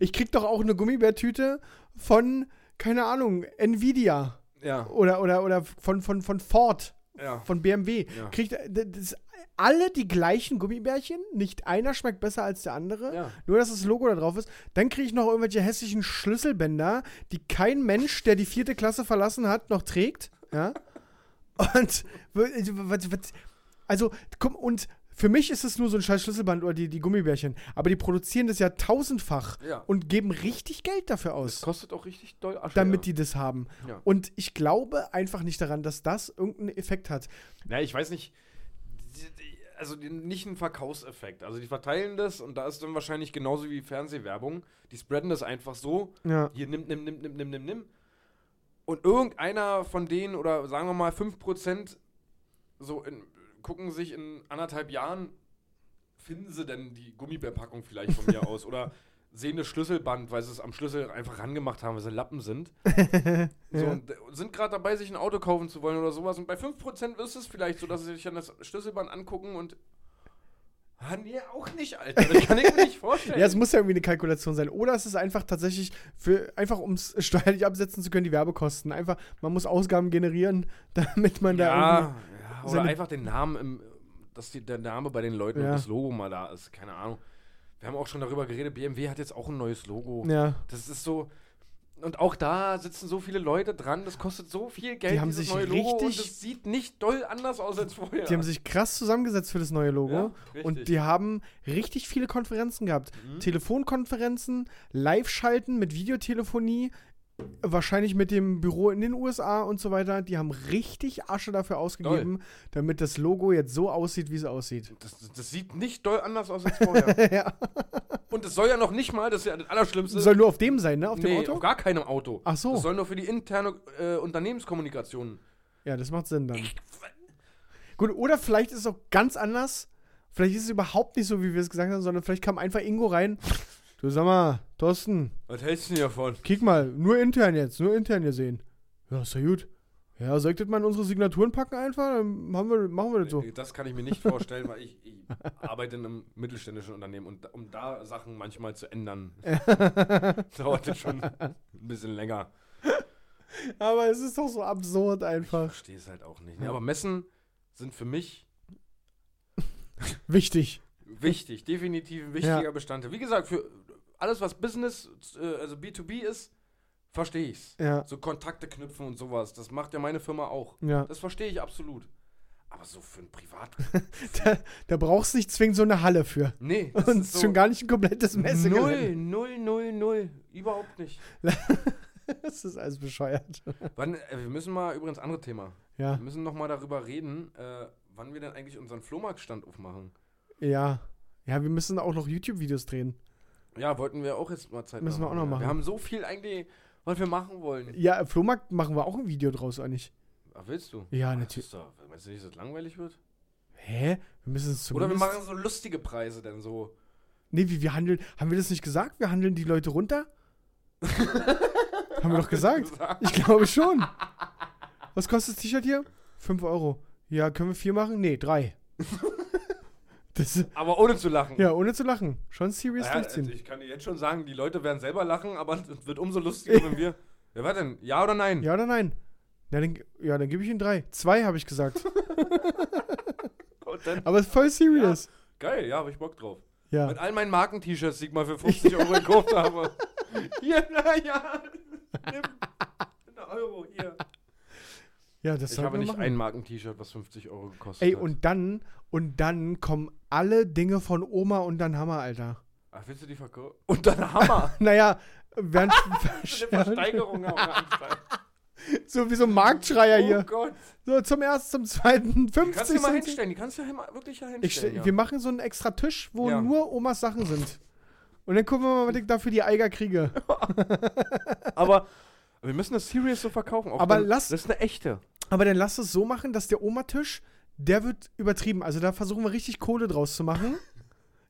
Speaker 4: ich krieg doch auch eine Gummibärtüte von, keine Ahnung, Nvidia
Speaker 3: Ja,
Speaker 4: oder, oder, oder von, von, von Ford
Speaker 3: ja.
Speaker 4: von BMW.
Speaker 3: Ja.
Speaker 4: Kriegt äh, d- das, alle die gleichen Gummibärchen, nicht einer schmeckt besser als der andere,
Speaker 3: Ja.
Speaker 4: nur dass das Logo da drauf ist. Dann kriege ich noch irgendwelche hässlichen Schlüsselbänder, die kein Mensch, der die vierte Klasse verlassen hat, noch trägt. Ja? Und w- was, was, also, komm, und für mich ist es nur so ein scheiß Schlüsselband oder die, die Gummibärchen. Aber die produzieren das ja tausendfach
Speaker 3: Ja.
Speaker 4: und geben richtig Geld dafür aus
Speaker 3: Kostet auch richtig doll Asche.
Speaker 4: damit
Speaker 3: ja.
Speaker 4: die das haben.
Speaker 3: Ja.
Speaker 4: Und ich glaube einfach nicht daran, dass das irgendeinen Effekt hat.
Speaker 3: Na, ich weiß nicht. die- die- Also die- nicht ein Verkaufseffekt. Also die verteilen das und da ist dann wahrscheinlich genauso wie Fernsehwerbung. Die spreaden das einfach so.
Speaker 4: Ja.
Speaker 3: Hier nimm, nimm, nimm, nimm, nimm, nimm, nimm. Und irgendeiner von denen oder sagen wir mal 5% so in, gucken sich in anderthalb Jahren, finden sie denn die Gummibärpackung vielleicht von mir aus oder sehen das Schlüsselband, weil sie es am Schlüssel einfach rangemacht haben, weil sie Lappen sind. So,
Speaker 4: Ja.
Speaker 3: und äh, sind gerade dabei, sich ein Auto kaufen zu wollen oder sowas. Und bei 5% ist es vielleicht so, dass sie sich dann das Schlüsselband angucken und. Ah, nee, auch nicht, Alter. Das kann ich mir nicht vorstellen.
Speaker 4: Ja, es muss ja irgendwie eine Kalkulation sein. Oder es ist einfach tatsächlich für, einfach um es steuerlich absetzen zu können, die Werbekosten. Einfach, man muss Ausgaben generieren, damit man da irgendwie.
Speaker 3: ja, ja, oder
Speaker 4: seine-
Speaker 3: einfach den Namen im. Dass die, der Name bei den Leuten
Speaker 4: Ja.
Speaker 3: und das Logo mal da ist. Keine Ahnung. Wir haben auch schon darüber geredet. BMW hat jetzt auch ein neues Logo.
Speaker 4: Ja.
Speaker 3: Das ist so. Und auch da sitzen so viele Leute dran. Das kostet so viel Geld,
Speaker 4: Die haben sich
Speaker 3: Und
Speaker 4: richtig-
Speaker 3: es sieht nicht doll anders aus als vorher.
Speaker 4: Die haben sich krass zusammengesetzt für das neue Logo.
Speaker 3: Ja, richtig. Mhm.
Speaker 4: und die haben richtig viele Konferenzen gehabt. Telefonkonferenzen, Live-Schalten mit Videotelefonie, wahrscheinlich mit dem Büro in den USA und so weiter. Die haben richtig Asche dafür ausgegeben, damit das Logo jetzt so aussieht, wie es aussieht.
Speaker 3: Das, das sieht nicht doll anders aus als vorher.
Speaker 4: ja.
Speaker 3: Und es soll ja noch nicht mal, das ist ja das Allerschlimmste.
Speaker 4: Soll nur auf dem sein, ne? Auf dem
Speaker 3: Äh, nee,
Speaker 4: Auto?
Speaker 3: auf gar keinem Auto.
Speaker 4: Ach so.
Speaker 3: Das soll nur für die interne äh, Unternehmenskommunikation.
Speaker 4: Ja, das macht Sinn dann. Gut, oder vielleicht ist es auch ganz anders. Vielleicht ist es überhaupt nicht so, wie wir es gesagt haben, sondern vielleicht kam einfach Ingo rein. Du sag mal, Thorsten,
Speaker 3: Was hältst du denn davon?
Speaker 4: Kick mal, nur intern jetzt, nur intern gesehen. Ja, ist ja gut. Ja, soll ich das mal in unsere Signaturen packen einfach? Dann haben wir, machen wir das so.
Speaker 3: Äh, Das kann ich mir nicht vorstellen, weil ich, ich arbeite in einem mittelständischen Unternehmen und um da Sachen manchmal zu ändern, dauert das schon ein bisschen länger.
Speaker 4: Aber es ist doch so absurd einfach.
Speaker 3: Verstehe es halt auch nicht. Ne? Aber Messen sind für mich
Speaker 4: Wichtig.
Speaker 3: Wichtig, definitiv ein wichtiger
Speaker 4: Ja.
Speaker 3: Bestandteil. Wie gesagt, für alles, was Business, äh, also B2B ist, verstehe ich's.
Speaker 4: Ja.
Speaker 3: So Kontakte knüpfen und sowas, das macht ja meine Firma auch.
Speaker 4: Ja.
Speaker 3: Das verstehe ich absolut. Aber so für ein Privat.
Speaker 4: Da, da brauchst du nicht zwingend so eine Halle für.
Speaker 3: Nee, das
Speaker 4: Und
Speaker 3: ist so
Speaker 4: schon gar nicht ein komplettes Messegelände.
Speaker 3: null, null, null, null. Überhaupt nicht.
Speaker 4: Das ist alles bescheuert.
Speaker 3: Wann, äh, wir müssen mal, übrigens, andere Thema. Wir
Speaker 4: Ja.
Speaker 3: müssen noch mal darüber reden, äh, wann wir denn eigentlich unseren Flohmarktstand aufmachen.
Speaker 4: Ja. Ja, wir müssen auch noch YouTube-Videos drehen.
Speaker 3: Ja, wollten wir auch jetzt mal Zeit
Speaker 4: Müssen wir auch noch
Speaker 3: ja.
Speaker 4: machen.
Speaker 3: Wir haben so viel eigentlich, was wir machen wollen.
Speaker 4: Ja, im Flohmarkt machen wir auch ein Video draus, oder nicht?
Speaker 3: Ach, willst du?
Speaker 4: Ja,
Speaker 3: Das
Speaker 4: natürlich.
Speaker 3: ist doch, meinst du nicht, dass es langweilig wird?
Speaker 4: Hä? Wir müssen es
Speaker 3: Oder wir
Speaker 4: zumindest...
Speaker 3: machen so lustige Preise denn so.
Speaker 4: Nee, wie wir handeln. Haben wir das nicht gesagt? Wir handeln die Leute runter? haben wir doch gesagt. Ich glaube schon. Was kostet das T-Shirt hier? 5 Euro. Ja, können wir vier machen? Nee, drei. das,
Speaker 3: Aber ohne zu lachen.
Speaker 4: ja, ohne zu lachen. Schon serious
Speaker 3: Naja, also
Speaker 4: durchziehen.
Speaker 3: ich kann dir jetzt schon sagen, die Leute werden selber lachen, aber es wird umso lustiger, wenn wir. Ja, warte denn? Ja oder nein?
Speaker 4: Ja oder nein? Na, dann, ja, dann gebe ich ihm drei. Zwei habe ich gesagt.
Speaker 3: Und dann,
Speaker 4: Aber es ist voll serious.
Speaker 3: geil, ja, habe ich Bock drauf.
Speaker 4: Ja.
Speaker 3: Mit all meinen Marken-T-Shirts, die ich mal für 50 Euro gekauft habe. Hier, na ja. Nimm. Ein Euro, hier.
Speaker 4: Ja, das
Speaker 3: Ich
Speaker 4: sollten
Speaker 3: habe
Speaker 4: wir
Speaker 3: nicht
Speaker 4: machen.
Speaker 3: ein Marken-T-Shirt, was 50 Euro gekostet
Speaker 4: Ey,
Speaker 3: hat.
Speaker 4: und dann, und dann kommen alle Dinge von Oma und dann Hammer, Alter.
Speaker 3: Ach, willst Ah, du die verkaufen? Und dann Hammer.
Speaker 4: Naja, werden
Speaker 3: Eine Versteigerung haben wir anscheinend.
Speaker 4: so wie so ein Marktschreier
Speaker 3: Oh
Speaker 4: hier.
Speaker 3: Gott.
Speaker 4: So zum ersten, zum zweiten,
Speaker 3: Die kannst du
Speaker 4: 50
Speaker 3: mal
Speaker 4: sind sie-
Speaker 3: hinstellen. Die kannst du ja mal wirklich ja
Speaker 4: ich, stell-
Speaker 3: hinstellen. ja.
Speaker 4: Wir machen so einen extra Tisch, wo
Speaker 3: Ja.
Speaker 4: nur Omas Sachen sind. Und dann gucken wir mal, was ich da für die Eiger kriege.
Speaker 3: Aber wir müssen das Serious so verkaufen. Auch
Speaker 4: Aber
Speaker 3: dann-
Speaker 4: lass-
Speaker 3: Das ist eine echte.
Speaker 4: Aber dann lass es so machen, dass der Omatisch, der wird übertrieben. Also da versuchen wir richtig Kohle draus zu machen.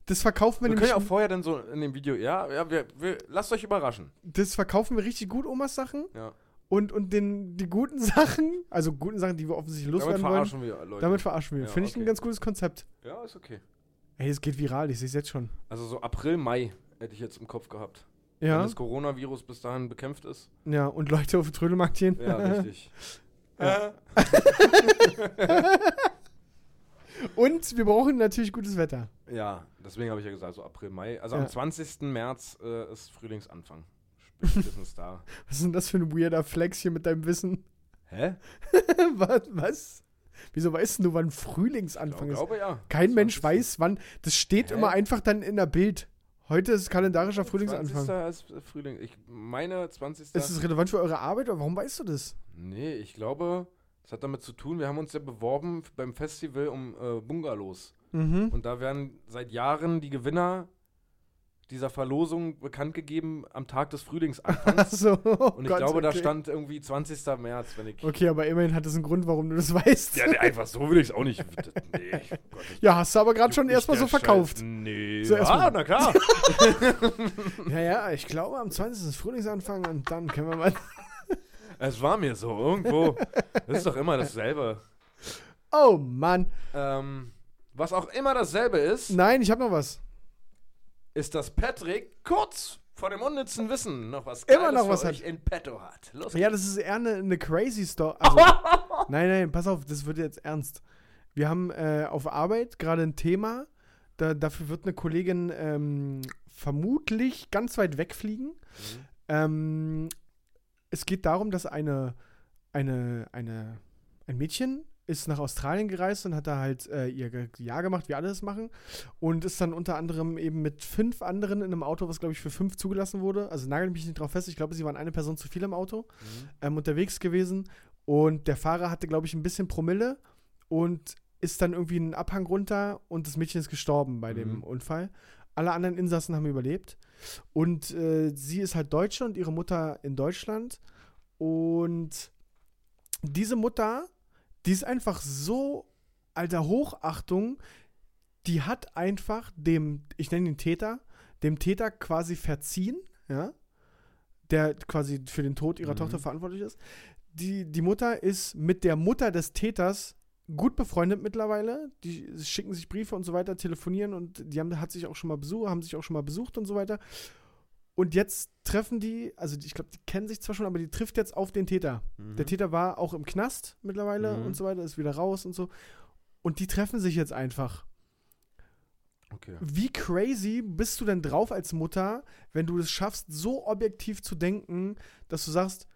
Speaker 4: Das verkaufen wir,
Speaker 3: Wir können
Speaker 4: nämlich,
Speaker 3: ja auch vorher dann so in dem Video, ja, ja wir, wir, lasst euch überraschen.
Speaker 4: das verkaufen wir richtig gut, Omas Sachen.
Speaker 3: Ja.
Speaker 4: Und, und den, die guten Sachen, also guten Sachen, die wir offensichtlich
Speaker 3: Damit
Speaker 4: loswerden wollen,
Speaker 3: verarschen wir Leute.
Speaker 4: damit verarschen wir.
Speaker 3: Ja,
Speaker 4: Finde ich ein
Speaker 3: okay.
Speaker 4: ganz gutes Konzept.
Speaker 3: ja, ist okay.
Speaker 4: Ey, es geht viral, ich sehe es jetzt schon.
Speaker 3: Also so April, Mai hätte ich jetzt im Kopf gehabt. Wenn
Speaker 4: Ja,
Speaker 3: das Coronavirus bis dahin bekämpft ist.
Speaker 4: ja und Leute auf den Trödelmarkt gehen.
Speaker 3: Ja, richtig.
Speaker 4: Ja. und wir brauchen natürlich gutes Wetter.
Speaker 3: Ja, deswegen habe ich ja gesagt, so April, Mai. Also
Speaker 4: Ja.
Speaker 3: am 20. März äh, ist Frühlingsanfang. Spätestens da.
Speaker 4: Was ist denn das für ein weirder Flex hier mit deinem Wissen?
Speaker 3: Hä?
Speaker 4: Was? Was? Wieso weißt denn du, wann
Speaker 3: Ich
Speaker 4: Frühlingsanfang ist?
Speaker 3: glaube ja.
Speaker 4: Kein Mensch
Speaker 3: 20..
Speaker 4: weiß, wann. Das steht
Speaker 3: Hä?
Speaker 4: immer einfach dann in der Bild. Heute ist kalendarischer Frühlingsanfang.
Speaker 3: 20. ist Frühling. Ich meine 20.
Speaker 4: Ist das relevant für eure Arbeit oder warum weißt du das?
Speaker 3: Nee, ich glaube, es hat damit zu tun, wir haben uns ja beworben f- beim Festival um äh, Bungalows.
Speaker 4: Mhm.
Speaker 3: Und da werden seit Jahren die Gewinner dieser Verlosung bekannt gegeben am Tag des
Speaker 4: Ach
Speaker 3: Frühlingsanfangs.
Speaker 4: so. Oh
Speaker 3: Und ich
Speaker 4: Gott,
Speaker 3: glaube, da
Speaker 4: okay.
Speaker 3: stand irgendwie 20. März, wenn ich.
Speaker 4: Okay, aber immerhin hat es einen Grund, warum du das weißt. Ja,
Speaker 3: Ja, nee, einfach so will ich es auch nicht. Nee, Gott, ich
Speaker 4: hast du aber gerade schon
Speaker 3: nicht
Speaker 4: erstmal so
Speaker 3: der
Speaker 4: verkauft.
Speaker 3: Scheiß. Nee.
Speaker 4: So
Speaker 3: ja,
Speaker 4: erstmal-
Speaker 3: na klar.
Speaker 4: Ja, ja, ich glaube, am 20. ist Frühlingsanfang und dann können wir mal.
Speaker 3: es war mir so irgendwo. Das ist doch immer dasselbe.
Speaker 4: Oh Mann.
Speaker 3: Ähm, was auch immer dasselbe ist.
Speaker 4: Nein, ich habe noch was.
Speaker 3: ist, dass Patrick kurz vor dem unnützen Wissen noch was
Speaker 4: Immer noch
Speaker 3: für
Speaker 4: was
Speaker 3: euch in petto hat. Los
Speaker 4: Ja,
Speaker 3: geht's.
Speaker 4: das ist eher eine, eine crazy Story. Also, nein, nein, pass auf, das wird jetzt ernst. Wir haben äh, auf Arbeit gerade ein Thema. Da, dafür wird eine Kollegin ähm, vermutlich ganz weit wegfliegen. Ähm, es geht darum, dass eine, eine, eine, ein Mädchen ist nach Australien gereist und hat da halt äh, ihr Ge- Jahr gemacht, wie alle das machen. Und ist dann unter anderem eben mit fünf anderen in einem Auto, was glaube ich für fünf zugelassen wurde. Also nagel mich nicht drauf fest. Ich glaube, sie waren eine Person zu viel im Auto ähm, unterwegs gewesen. Und der Fahrer hatte, glaube ich, ein bisschen Promille und ist dann irgendwie einen Abhang runter und das Mädchen ist gestorben bei dem
Speaker 3: Mhm.
Speaker 4: Unfall. Alle anderen Insassen haben überlebt. Und äh, sie ist halt Deutsche und ihre Mutter in Deutschland. Und diese Mutter, die ist einfach so alter Hochachtung, die hat einfach dem, ich nenne ihn Täter, dem Täter quasi verziehen, ja, der quasi für den Tod ihrer
Speaker 3: Mhm.
Speaker 4: Tochter verantwortlich ist. Die, die Mutter ist mit der Mutter des Täters gut befreundet mittlerweile. Die schicken sich Briefe und so weiter, telefonieren und die haben hat sich auch schon mal besucht, haben sich auch schon mal besucht und so weiter. Und jetzt treffen die, also die- ich glaube, die kennen sich zwar schon, aber die trifft jetzt auf den Täter. Der Täter war auch im Knast mittlerweile
Speaker 3: Mhm.
Speaker 4: und so weiter, ist wieder raus und so. Und die treffen sich jetzt einfach.
Speaker 3: Okay.
Speaker 4: Wie crazy bist du denn drauf als Mutter, wenn du es schaffst, so objektiv zu denken, dass du sagst,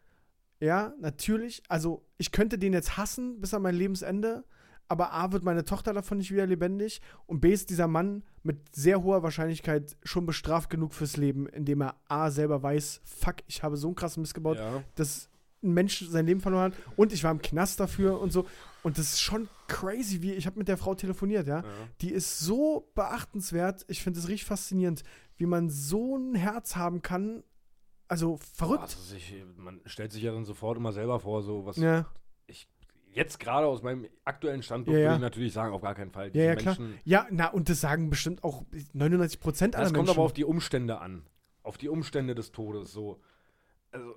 Speaker 4: ja, natürlich, also ich könnte den jetzt hassen bis an mein Lebensende, aber A wird meine Tochter davon nicht wieder lebendig und B ist dieser Mann mit sehr hoher Wahrscheinlichkeit schon bestraft genug fürs Leben, indem er A selber weiß, fuck, ich habe so einen krassen Mist gebaut,
Speaker 3: Ja.
Speaker 4: dass ein Mensch sein Leben verloren hat und ich war im Knast dafür und so. Und das ist schon crazy, wie ich habe mit der Frau telefoniert, ja.
Speaker 3: Ja.
Speaker 4: Die ist so beachtenswert. Ich finde es richtig faszinierend, wie man so ein Herz haben kann. Also verrückt.
Speaker 3: Also sich, man stellt sich ja dann sofort immer selber vor, so was
Speaker 4: Ja,
Speaker 3: jetzt gerade aus meinem aktuellen Standpunkt
Speaker 4: Ja, ja.
Speaker 3: würde ich natürlich sagen, auf gar keinen Fall.
Speaker 4: ja,
Speaker 3: Diese
Speaker 4: ja klar.
Speaker 3: Menschen-
Speaker 4: Ja, na, und das sagen bestimmt auch 99 Prozent aller
Speaker 3: Das
Speaker 4: Menschen.
Speaker 3: kommt aber auf die Umstände an. Auf die Umstände des Todes, so. Also,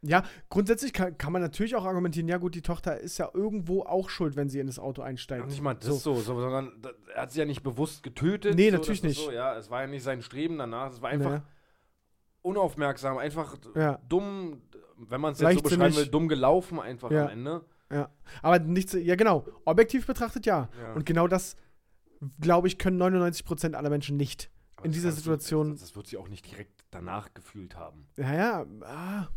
Speaker 4: ja, grundsätzlich kann, kann man natürlich auch argumentieren, ja gut, die Tochter ist ja irgendwo auch schuld, wenn sie in das Auto einsteigt.
Speaker 3: noch nicht mal das so, so sondern da- er hat sie ja nicht bewusst getötet.
Speaker 4: Nee,
Speaker 3: so,
Speaker 4: natürlich
Speaker 3: das ist
Speaker 4: nicht.
Speaker 3: So, ja, es war ja nicht sein Streben danach, es war
Speaker 4: Naja.
Speaker 3: einfach unaufmerksam, einfach
Speaker 4: Ne? Ja.
Speaker 3: dumm, wenn man es jetzt so
Speaker 4: Leichtsinnig.
Speaker 3: beschreiben will, dumm gelaufen einfach
Speaker 4: Ja.
Speaker 3: am Ende.
Speaker 4: Ja, aber nicht, so- ja genau, objektiv betrachtet ja.
Speaker 3: Ja.
Speaker 4: Und genau das, glaube ich, können 99% aller Menschen nicht.
Speaker 3: Aber
Speaker 4: In
Speaker 3: das
Speaker 4: dieser
Speaker 3: kannst du-
Speaker 4: Situation-
Speaker 3: Das, das wird sie auch nicht direkt danach gefühlt haben.
Speaker 4: Ja, ja, ah,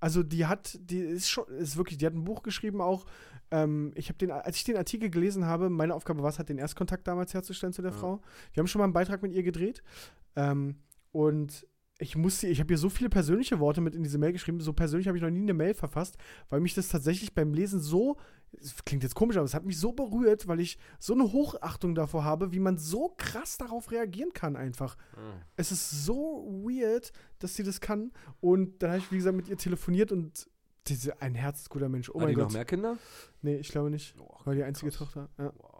Speaker 4: also die hat, die ist schon, ist wirklich, die hat ein Buch geschrieben auch. Ähm, ich habe den, als ich den Artikel gelesen habe, meine Aufgabe war es, halt den Erstkontakt damals herzustellen zu der
Speaker 3: Ja.
Speaker 4: Frau. Wir haben schon mal einen Beitrag mit ihr gedreht. Ähm, und ich musste, ich habe ihr so viele persönliche Worte mit in diese Mail geschrieben. So persönlich habe ich noch nie eine Mail verfasst, weil mich das tatsächlich beim Lesen so, es klingt jetzt komisch, aber es hat mich so berührt, weil ich so eine Hochachtung davor habe, wie man so krass darauf reagieren kann einfach.
Speaker 3: Ah.
Speaker 4: Es ist so weird, dass sie das kann. Und dann habe ich, wie gesagt, mit ihr telefoniert und diese, ein herzensguter Mensch. Oh
Speaker 3: Hat
Speaker 4: mein
Speaker 3: Ah, die noch
Speaker 4: Gott.
Speaker 3: mehr Kinder?
Speaker 4: Nee, ich glaube nicht.
Speaker 3: Oh,
Speaker 4: War die einzige
Speaker 3: krass.
Speaker 4: Tochter. Ja.
Speaker 3: Wow.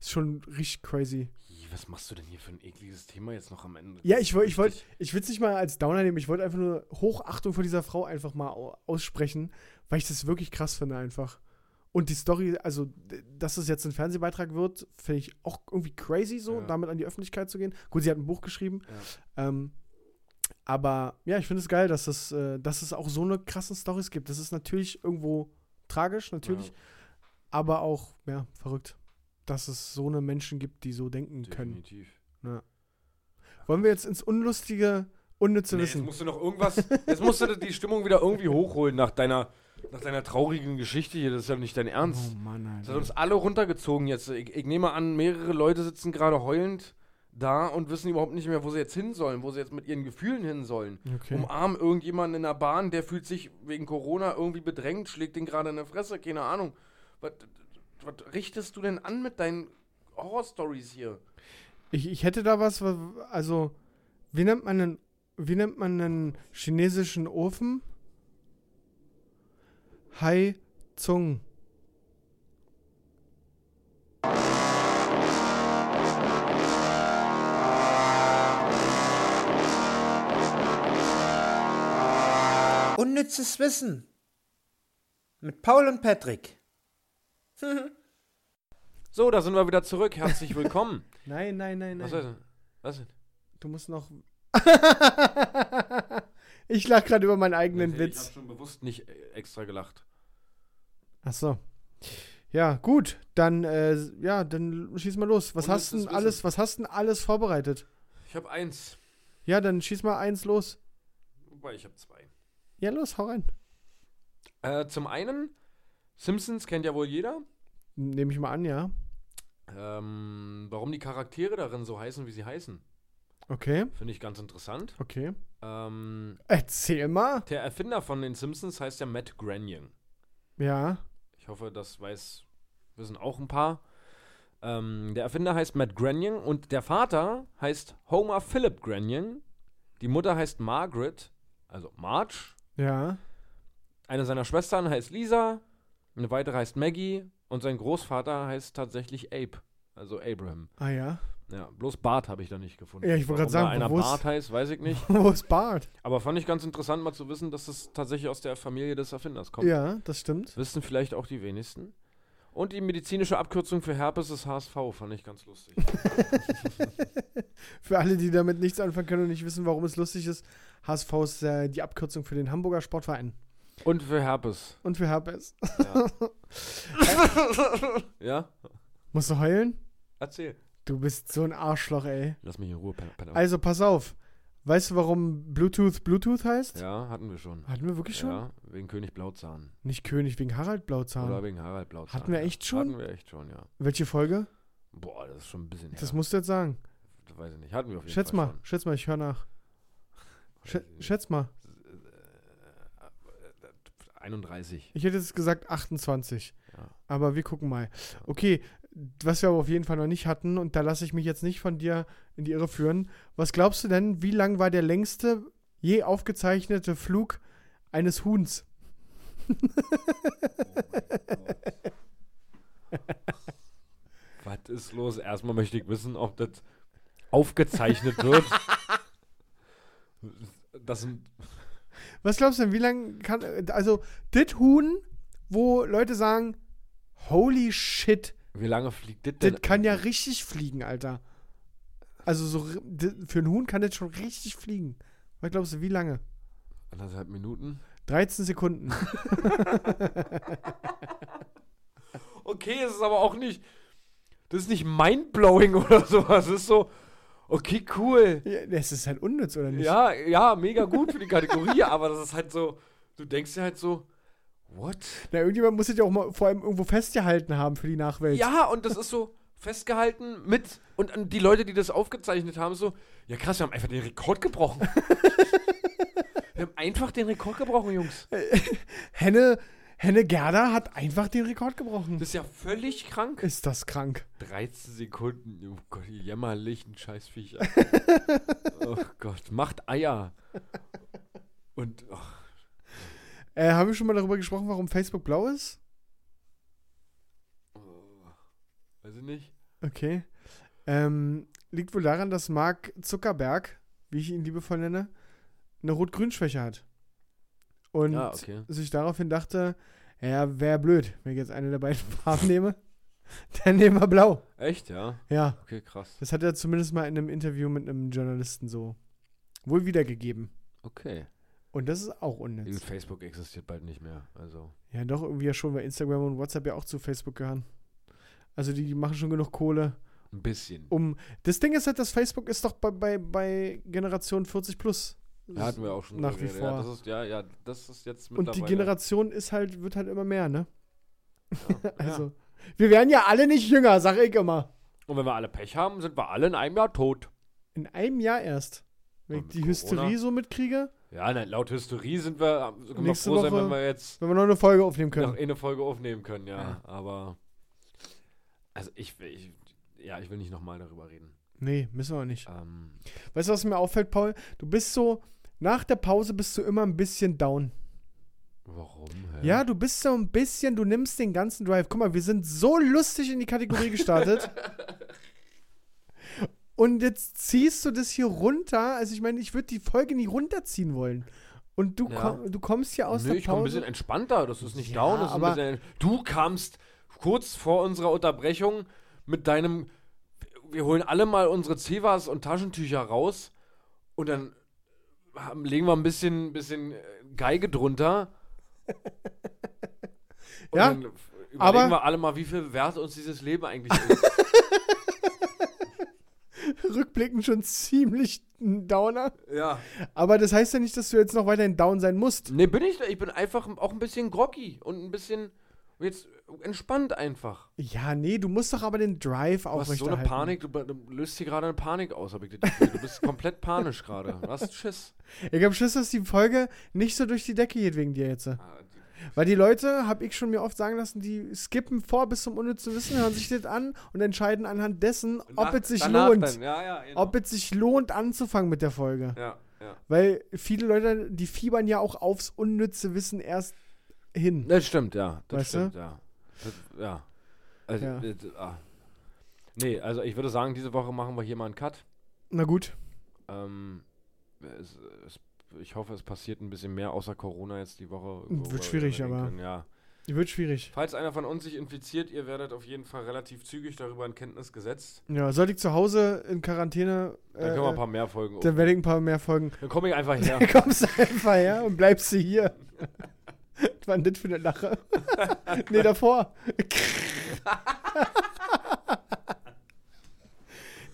Speaker 4: Ist schon richtig crazy.
Speaker 3: Ih, Was machst du denn hier für ein ekliges Thema jetzt noch am Ende?
Speaker 4: Ja, ich, woll- ich wollte
Speaker 3: Richtig.
Speaker 4: ich will's nicht mal als Downer nehmen. Ich wollte einfach nur Hochachtung vor dieser Frau einfach mal au- aussprechen, weil ich das wirklich krass finde einfach. Und die Story, also, d- dass es jetzt ein Fernsehbeitrag wird, finde ich auch irgendwie crazy so,
Speaker 3: Ja.
Speaker 4: damit an die Öffentlichkeit zu gehen. Gut, sie hat ein Buch geschrieben. Ähm, aber ja, ich finde es geil, dass es, äh, dass es auch so eine krassen Stories gibt. Das ist natürlich irgendwo tragisch, natürlich,
Speaker 3: Ja,
Speaker 4: aber auch, ja, verrückt, dass es so eine Menschen gibt, die so denken können.
Speaker 3: definitiv.
Speaker 4: Wollen wir jetzt ins unlustige, unnütze
Speaker 3: Nee, jetzt
Speaker 4: Wissen?
Speaker 3: musst du noch irgendwas. Jetzt musst du die Stimmung wieder irgendwie hochholen nach deiner, nach deiner traurigen Geschichte hier. Das ist ja nicht dein Ernst.
Speaker 4: Oh Mann,
Speaker 3: Das
Speaker 4: Alter.
Speaker 3: hat uns alle runtergezogen jetzt. Ich, ich nehme an, mehrere Leute sitzen gerade heulend da und wissen überhaupt nicht mehr, wo sie jetzt hin sollen, wo sie jetzt mit ihren Gefühlen hin sollen.
Speaker 4: Okay.
Speaker 3: Umarmen irgendjemanden in der Bahn, der fühlt sich wegen Corona irgendwie bedrängt, schlägt den gerade in die Fresse, keine Ahnung. Was, was richtest du denn an mit deinen Horror-Stories hier?
Speaker 4: Ich, ich hätte da was, wa- also, wie nennt man einen, wie nennt man einen chinesischen Ofen? Hai Zung.
Speaker 6: Unnützes Wissen. Mit Paul und Patrick.
Speaker 3: So, da sind wir wieder zurück. Herzlich willkommen.
Speaker 4: Nein, nein, nein,
Speaker 3: Was
Speaker 4: nein.
Speaker 3: ist Was denn?
Speaker 4: Du musst noch. ich lach gerade über meinen eigenen
Speaker 3: Ich
Speaker 4: Witz.
Speaker 3: habe schon bewusst nicht äh, extra gelacht.
Speaker 4: Ach so. Ja, gut, dann äh, ja, dann schieß mal los. Was hast
Speaker 3: Unnützes
Speaker 4: denn alles,
Speaker 3: Wissen.
Speaker 4: was hast denn alles vorbereitet?
Speaker 3: Ich habe eins,
Speaker 4: Ja, dann schieß mal eins los.
Speaker 3: wobei ich habe zwei.
Speaker 4: Ja, los, hau rein.
Speaker 3: Äh, zum einen, Simpsons kennt ja wohl jeder.
Speaker 4: Nehme ich mal an, ja.
Speaker 3: Ähm, warum die Charaktere darin so heißen, wie sie heißen,
Speaker 4: Okay,
Speaker 3: finde ich ganz interessant.
Speaker 4: okay.
Speaker 3: Ähm,
Speaker 4: Erzähl mal.
Speaker 3: der Erfinder von den Simpsons heißt ja Matt Groening.
Speaker 4: Ja.
Speaker 3: Ich hoffe, das weiß, wissen auch ein paar. Ähm, der Erfinder heißt Matt Groening und der Vater heißt Homer Philip Groening. Die Mutter heißt Margaret, also Marge.
Speaker 4: Ja,
Speaker 3: Eine seiner Schwestern heißt Lisa, eine weitere heißt Maggie und sein Großvater heißt tatsächlich Abe, also Abraham.
Speaker 4: ah ja.
Speaker 3: Ja, bloß Bart habe ich da nicht gefunden.
Speaker 4: Ja, ich wollte gerade
Speaker 3: Warum da
Speaker 4: sagen,
Speaker 3: einer
Speaker 4: wo ist-
Speaker 3: Bart heißt, weiß ich nicht.
Speaker 4: Wo ist Bart?
Speaker 3: Aber fand ich ganz interessant, mal zu wissen, dass es tatsächlich aus der Familie des Erfinders kommt.
Speaker 4: Ja, das stimmt.
Speaker 3: Das wissen vielleicht auch die wenigsten. Und die medizinische Abkürzung für Herpes ist HSV, fand ich ganz lustig.
Speaker 4: Für alle, die damit nichts anfangen können und nicht wissen, warum es lustig ist, HSV ist äh, die Abkürzung für den Hamburger Sportverein.
Speaker 3: Und für Herpes.
Speaker 4: Und für Herpes.
Speaker 3: Ja. ja?
Speaker 4: Musst du heulen?
Speaker 3: Erzähl.
Speaker 4: Du bist so ein Arschloch, ey.
Speaker 3: Lass mich in Ruhe, Penner. Penner.
Speaker 4: Also, pass auf. Weißt du, warum Bluetooth Bluetooth heißt?
Speaker 3: Ja, hatten wir schon.
Speaker 4: Hatten wir wirklich schon?
Speaker 3: Ja, wegen König Blauzahn.
Speaker 4: Nicht König, wegen Harald
Speaker 3: Oder
Speaker 4: Blauzahn.
Speaker 3: wegen Harald Blauzahn.
Speaker 4: Hatten wir
Speaker 3: ja.
Speaker 4: echt schon?
Speaker 3: Hatten wir echt schon, ja.
Speaker 4: Welche Folge?
Speaker 3: Boah, das ist schon ein bisschen her.
Speaker 4: Das musst du jetzt sagen.
Speaker 3: Das weiß ich nicht. Hatten wir auf jeden
Speaker 4: Schätz
Speaker 3: Fall
Speaker 4: mal,
Speaker 3: schon.
Speaker 4: schätz mal, ich höre nach. Schä
Speaker 3: ich nicht.
Speaker 4: schätz mal.
Speaker 3: 31.
Speaker 4: Ich hätte jetzt gesagt 28.
Speaker 3: Ja.
Speaker 4: Aber wir gucken mal. Okay, was wir aber auf jeden Fall noch nicht hatten, und da lasse ich mich jetzt nicht von dir in die Irre führen. Was glaubst du denn, wie lang war der längste je aufgezeichnete Flug eines Huhns?
Speaker 3: Was ist los? Erstmal möchte ich wissen, ob das aufgezeichnet wird. Das sind
Speaker 4: Was glaubst du denn, wie lang kann. Also, das Huhn, wo Leute sagen, holy shit,
Speaker 3: wie lange fliegt das denn?
Speaker 4: das kann ja richtig fliegen, Alter. Also, so, ri- d- für ein Huhn kann das schon richtig fliegen. Was glaubst du, wie lange?
Speaker 3: Anderthalb Minuten.
Speaker 4: 13 Sekunden.
Speaker 3: Okay, es ist aber auch nicht. Das ist nicht mindblowing oder sowas. Es ist so, okay, cool.
Speaker 4: Ja, Das ist halt unnütz, oder nicht?
Speaker 3: Ja, ja, mega gut für die Kategorie, aber das ist halt so, du denkst dir halt so, what?
Speaker 4: Na, irgendjemand muss es ja auch mal vor allem irgendwo festgehalten haben für die Nachwelt.
Speaker 3: Ja, und das ist so festgehalten mit, und an die Leute, die das aufgezeichnet haben, so, ja krass, wir haben einfach den Rekord gebrochen. wir haben einfach den Rekord gebrochen, Jungs.
Speaker 4: Henne, Henne Gerda hat einfach den Rekord gebrochen.
Speaker 3: Das ist ja völlig krank.
Speaker 4: ist das krank.
Speaker 3: 13 Sekunden, oh Gott, die jämmerlichen Scheißviecher. oh Gott, macht Eier. Und, oh,
Speaker 4: Äh, haben wir schon mal darüber gesprochen, warum Facebook blau ist?
Speaker 3: weiß ich nicht.
Speaker 4: Okay. Ähm, liegt wohl daran, dass Mark Zuckerberg, wie ich ihn liebevoll nenne, eine Rot-Grün-Schwäche hat. Und
Speaker 3: Ah, okay.
Speaker 4: sich daraufhin dachte, ja, wäre blöd, wenn ich jetzt eine der beiden Farben nehme. Dann nehmen wir blau.
Speaker 3: Echt, ja?
Speaker 4: Ja,
Speaker 3: Okay, krass.
Speaker 4: das hat er zumindest mal in einem Interview mit einem Journalisten so wohl wiedergegeben.
Speaker 3: Okay.
Speaker 4: Und das ist auch
Speaker 3: In
Speaker 4: unnütz.
Speaker 3: Facebook existiert bald nicht mehr. Also.
Speaker 4: Ja, doch, irgendwie ja schon, weil Instagram und WhatsApp ja auch zu Facebook gehören. Also die, die machen schon genug Kohle.
Speaker 3: Ein bisschen.
Speaker 4: um. Das Ding ist halt, dass Facebook ist doch bei, bei, bei Generation 40 plus.
Speaker 3: Da hatten wir auch schon
Speaker 4: nach
Speaker 3: drüber
Speaker 4: wie
Speaker 3: geredet. Ja,
Speaker 4: vor.
Speaker 3: das ist, ja, ja, das ist jetzt
Speaker 4: Und die
Speaker 3: mittlerweile-
Speaker 4: Generation ist halt, wird halt immer mehr, ne?
Speaker 3: Ja.
Speaker 4: Also. Wir werden ja alle nicht jünger, sag ich immer.
Speaker 3: Und wenn wir alle Pech haben, sind wir alle in einem Jahr tot.
Speaker 4: In einem Jahr erst. Wenn
Speaker 3: Und
Speaker 4: ich
Speaker 3: mit
Speaker 4: die
Speaker 3: Corona?
Speaker 4: Hysterie so mitkriege,
Speaker 3: Ja, na, laut Hysterie sind wir, können wir
Speaker 4: Nächste
Speaker 3: froh sein,
Speaker 4: Woche
Speaker 3: wenn wir jetzt
Speaker 4: wenn wir noch eine Folge aufnehmen
Speaker 3: noch
Speaker 4: können.
Speaker 3: eine Folge aufnehmen können, ja. Aber, also ich, will- ich, ja, ich will nicht nochmal darüber reden.
Speaker 4: Nee, müssen wir auch nicht.
Speaker 3: Ähm,
Speaker 4: Weißt du, was mir auffällt, Paul? Du bist so, nach der Pause bist du immer ein bisschen down.
Speaker 3: warum?
Speaker 4: Ja, du bist so ein bisschen, du nimmst den ganzen Drive. Guck mal, wir sind so lustig in die Kategorie gestartet. Und jetzt ziehst du das hier runter. Also ich meine, ich würde die Folge nie runterziehen wollen. Und du,
Speaker 3: Ja.
Speaker 4: komm, du kommst hier aus
Speaker 3: Nö,
Speaker 4: der
Speaker 3: ich komme ein bisschen
Speaker 4: Pause.
Speaker 3: entspannter. Das ist nicht
Speaker 4: Ja,
Speaker 3: down. Das ist ein
Speaker 4: aber-
Speaker 3: bisschen, ent- du kamst kurz vor unserer Unterbrechung mit deinem. Wir holen alle mal unsere Zevas und Taschentücher raus und dann haben, legen wir ein bisschen, bisschen äh, Geige drunter. Und
Speaker 4: Ja,
Speaker 3: dann f- überlegen
Speaker 4: aber-
Speaker 3: wir alle mal, wie viel wert uns dieses Leben eigentlich ist.
Speaker 4: Rückblickend schon ziemlich ein Downer.
Speaker 3: ja.
Speaker 4: Aber das heißt ja nicht, dass du jetzt noch weiterhin down sein musst.
Speaker 3: Nee, bin ich. Ich bin einfach auch ein bisschen groggy und ein bisschen jetzt entspannt einfach.
Speaker 4: Ja, nee, du musst doch aber den Drive
Speaker 3: Du hast so eine
Speaker 4: aufrechterhalten.
Speaker 3: Panik, du, be- du löst hier gerade eine Panik aus, hab ich dir das Gefühl. Du bist komplett panisch gerade. Du hast Schiss.
Speaker 4: Ich hab Schiss, dass die Folge nicht so durch die Decke geht wegen dir jetzt.
Speaker 3: Ah,
Speaker 4: Weil die Leute, habe ich schon mir oft sagen lassen, die skippen vor bis zum unnützen Wissen, hören sich das an und entscheiden anhand dessen, ob
Speaker 3: nach-
Speaker 4: es sich
Speaker 3: danach
Speaker 4: lohnt.
Speaker 3: Dann. Ja, ja, genau.
Speaker 4: Ob es sich lohnt, anzufangen mit der Folge.
Speaker 3: ja, ja.
Speaker 4: Weil viele Leute, die fiebern ja auch aufs unnütze Wissen erst hin.
Speaker 3: Das stimmt, ja. Das
Speaker 4: Weißt
Speaker 3: stimmt, ja. Das, ja. Also,
Speaker 4: Ja.
Speaker 3: äh, ah. Nee, also ich würde sagen, diese Woche machen wir hier mal einen Cut.
Speaker 4: Na gut.
Speaker 3: Ähm, es, es, ich hoffe, es passiert ein bisschen mehr außer Corona jetzt die Woche.
Speaker 4: Wird
Speaker 3: worüber wir
Speaker 4: schwierig,
Speaker 3: reden
Speaker 4: aber-
Speaker 3: Können. Ja.
Speaker 4: Wird schwierig.
Speaker 3: Falls einer von uns sich infiziert, ihr werdet auf jeden Fall relativ zügig darüber in Kenntnis gesetzt.
Speaker 4: Ja, sollte ich zu Hause in Quarantäne.
Speaker 3: Dann
Speaker 4: äh,
Speaker 3: können wir ein paar mehr Folgen
Speaker 4: dann werde ich ein paar mehr Folgen.
Speaker 3: Dann komme ich einfach her.
Speaker 4: Dann kommst du einfach her und bleibst du hier. Was war denn das für eine Lache? nee, davor.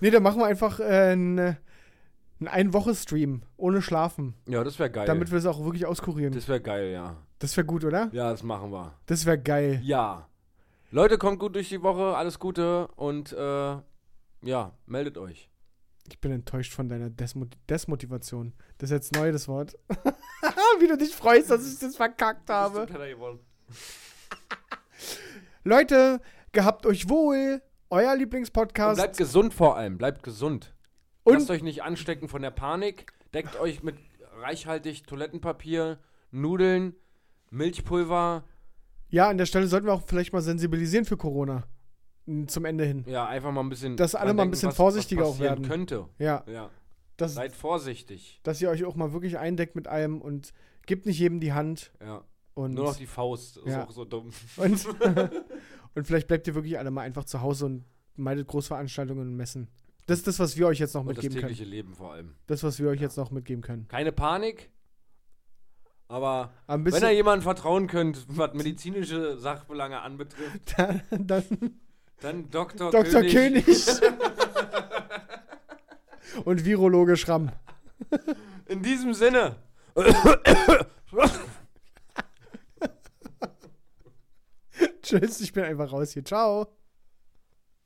Speaker 4: nee, dann machen wir einfach äh, einen Ein-Woche-Stream ohne Schlafen,
Speaker 3: Ja, das wäre geil.
Speaker 4: damit wir es auch wirklich auskurieren.
Speaker 3: das wäre geil, ja.
Speaker 4: Das wäre gut, oder?
Speaker 3: Ja, das machen wir.
Speaker 4: Das wäre geil.
Speaker 3: Ja. Leute, kommt gut durch die Woche, alles Gute und äh, ja, meldet euch.
Speaker 4: Ich bin enttäuscht von deiner Desmot Desmotivation. Das ist jetzt neu, das Wort. Wie du dich freust, dass ich das verkackt habe. Leute, gehabt euch wohl. Euer
Speaker 3: Und
Speaker 4: Lieblingspodcast.
Speaker 3: bleibt gesund vor allem, bleibt gesund.
Speaker 4: Und-
Speaker 3: Lasst euch nicht anstecken von der Panik. Deckt euch mit reichhaltig Toilettenpapier, Nudeln, Milchpulver.
Speaker 4: Ja, an der Stelle sollten wir auch vielleicht mal sensibilisieren für Corona. N- Zum Ende hin.
Speaker 3: Ja, einfach mal ein bisschen.
Speaker 4: Dass alle
Speaker 3: dran
Speaker 4: mal ein bisschen
Speaker 3: was,
Speaker 4: vorsichtiger
Speaker 3: was
Speaker 4: auch
Speaker 3: passieren
Speaker 4: werden.
Speaker 3: könnte.
Speaker 4: Ja,
Speaker 3: Ja,
Speaker 4: dass,
Speaker 3: seid vorsichtig.
Speaker 4: dass ihr euch auch mal wirklich eindeckt mit allem und gebt nicht jedem die Hand.
Speaker 3: Ja.
Speaker 4: Und,
Speaker 3: Nur noch die Faust. Ist
Speaker 4: Ja.
Speaker 3: auch so dumm.
Speaker 4: und, und vielleicht bleibt ihr wirklich alle mal einfach zu Hause und meidet Großveranstaltungen und Messen. Das ist das, was wir euch jetzt noch
Speaker 3: Und das
Speaker 4: mitgeben können.
Speaker 3: tägliche Leben vor allem.
Speaker 4: Das, was wir euch jetzt noch mitgeben können.
Speaker 3: Keine Panik, aber wenn
Speaker 4: Ein
Speaker 3: ihr
Speaker 4: bisschen,
Speaker 3: jemandem vertrauen könnt, was medizinische Sachbelange anbetrifft,
Speaker 4: dann, dann
Speaker 3: dann Dr.
Speaker 4: Dr.
Speaker 3: König.
Speaker 4: König. Und Virologe Schramm.
Speaker 3: In diesem Sinne.
Speaker 4: Tschüss, ich bin einfach raus hier. Ciao.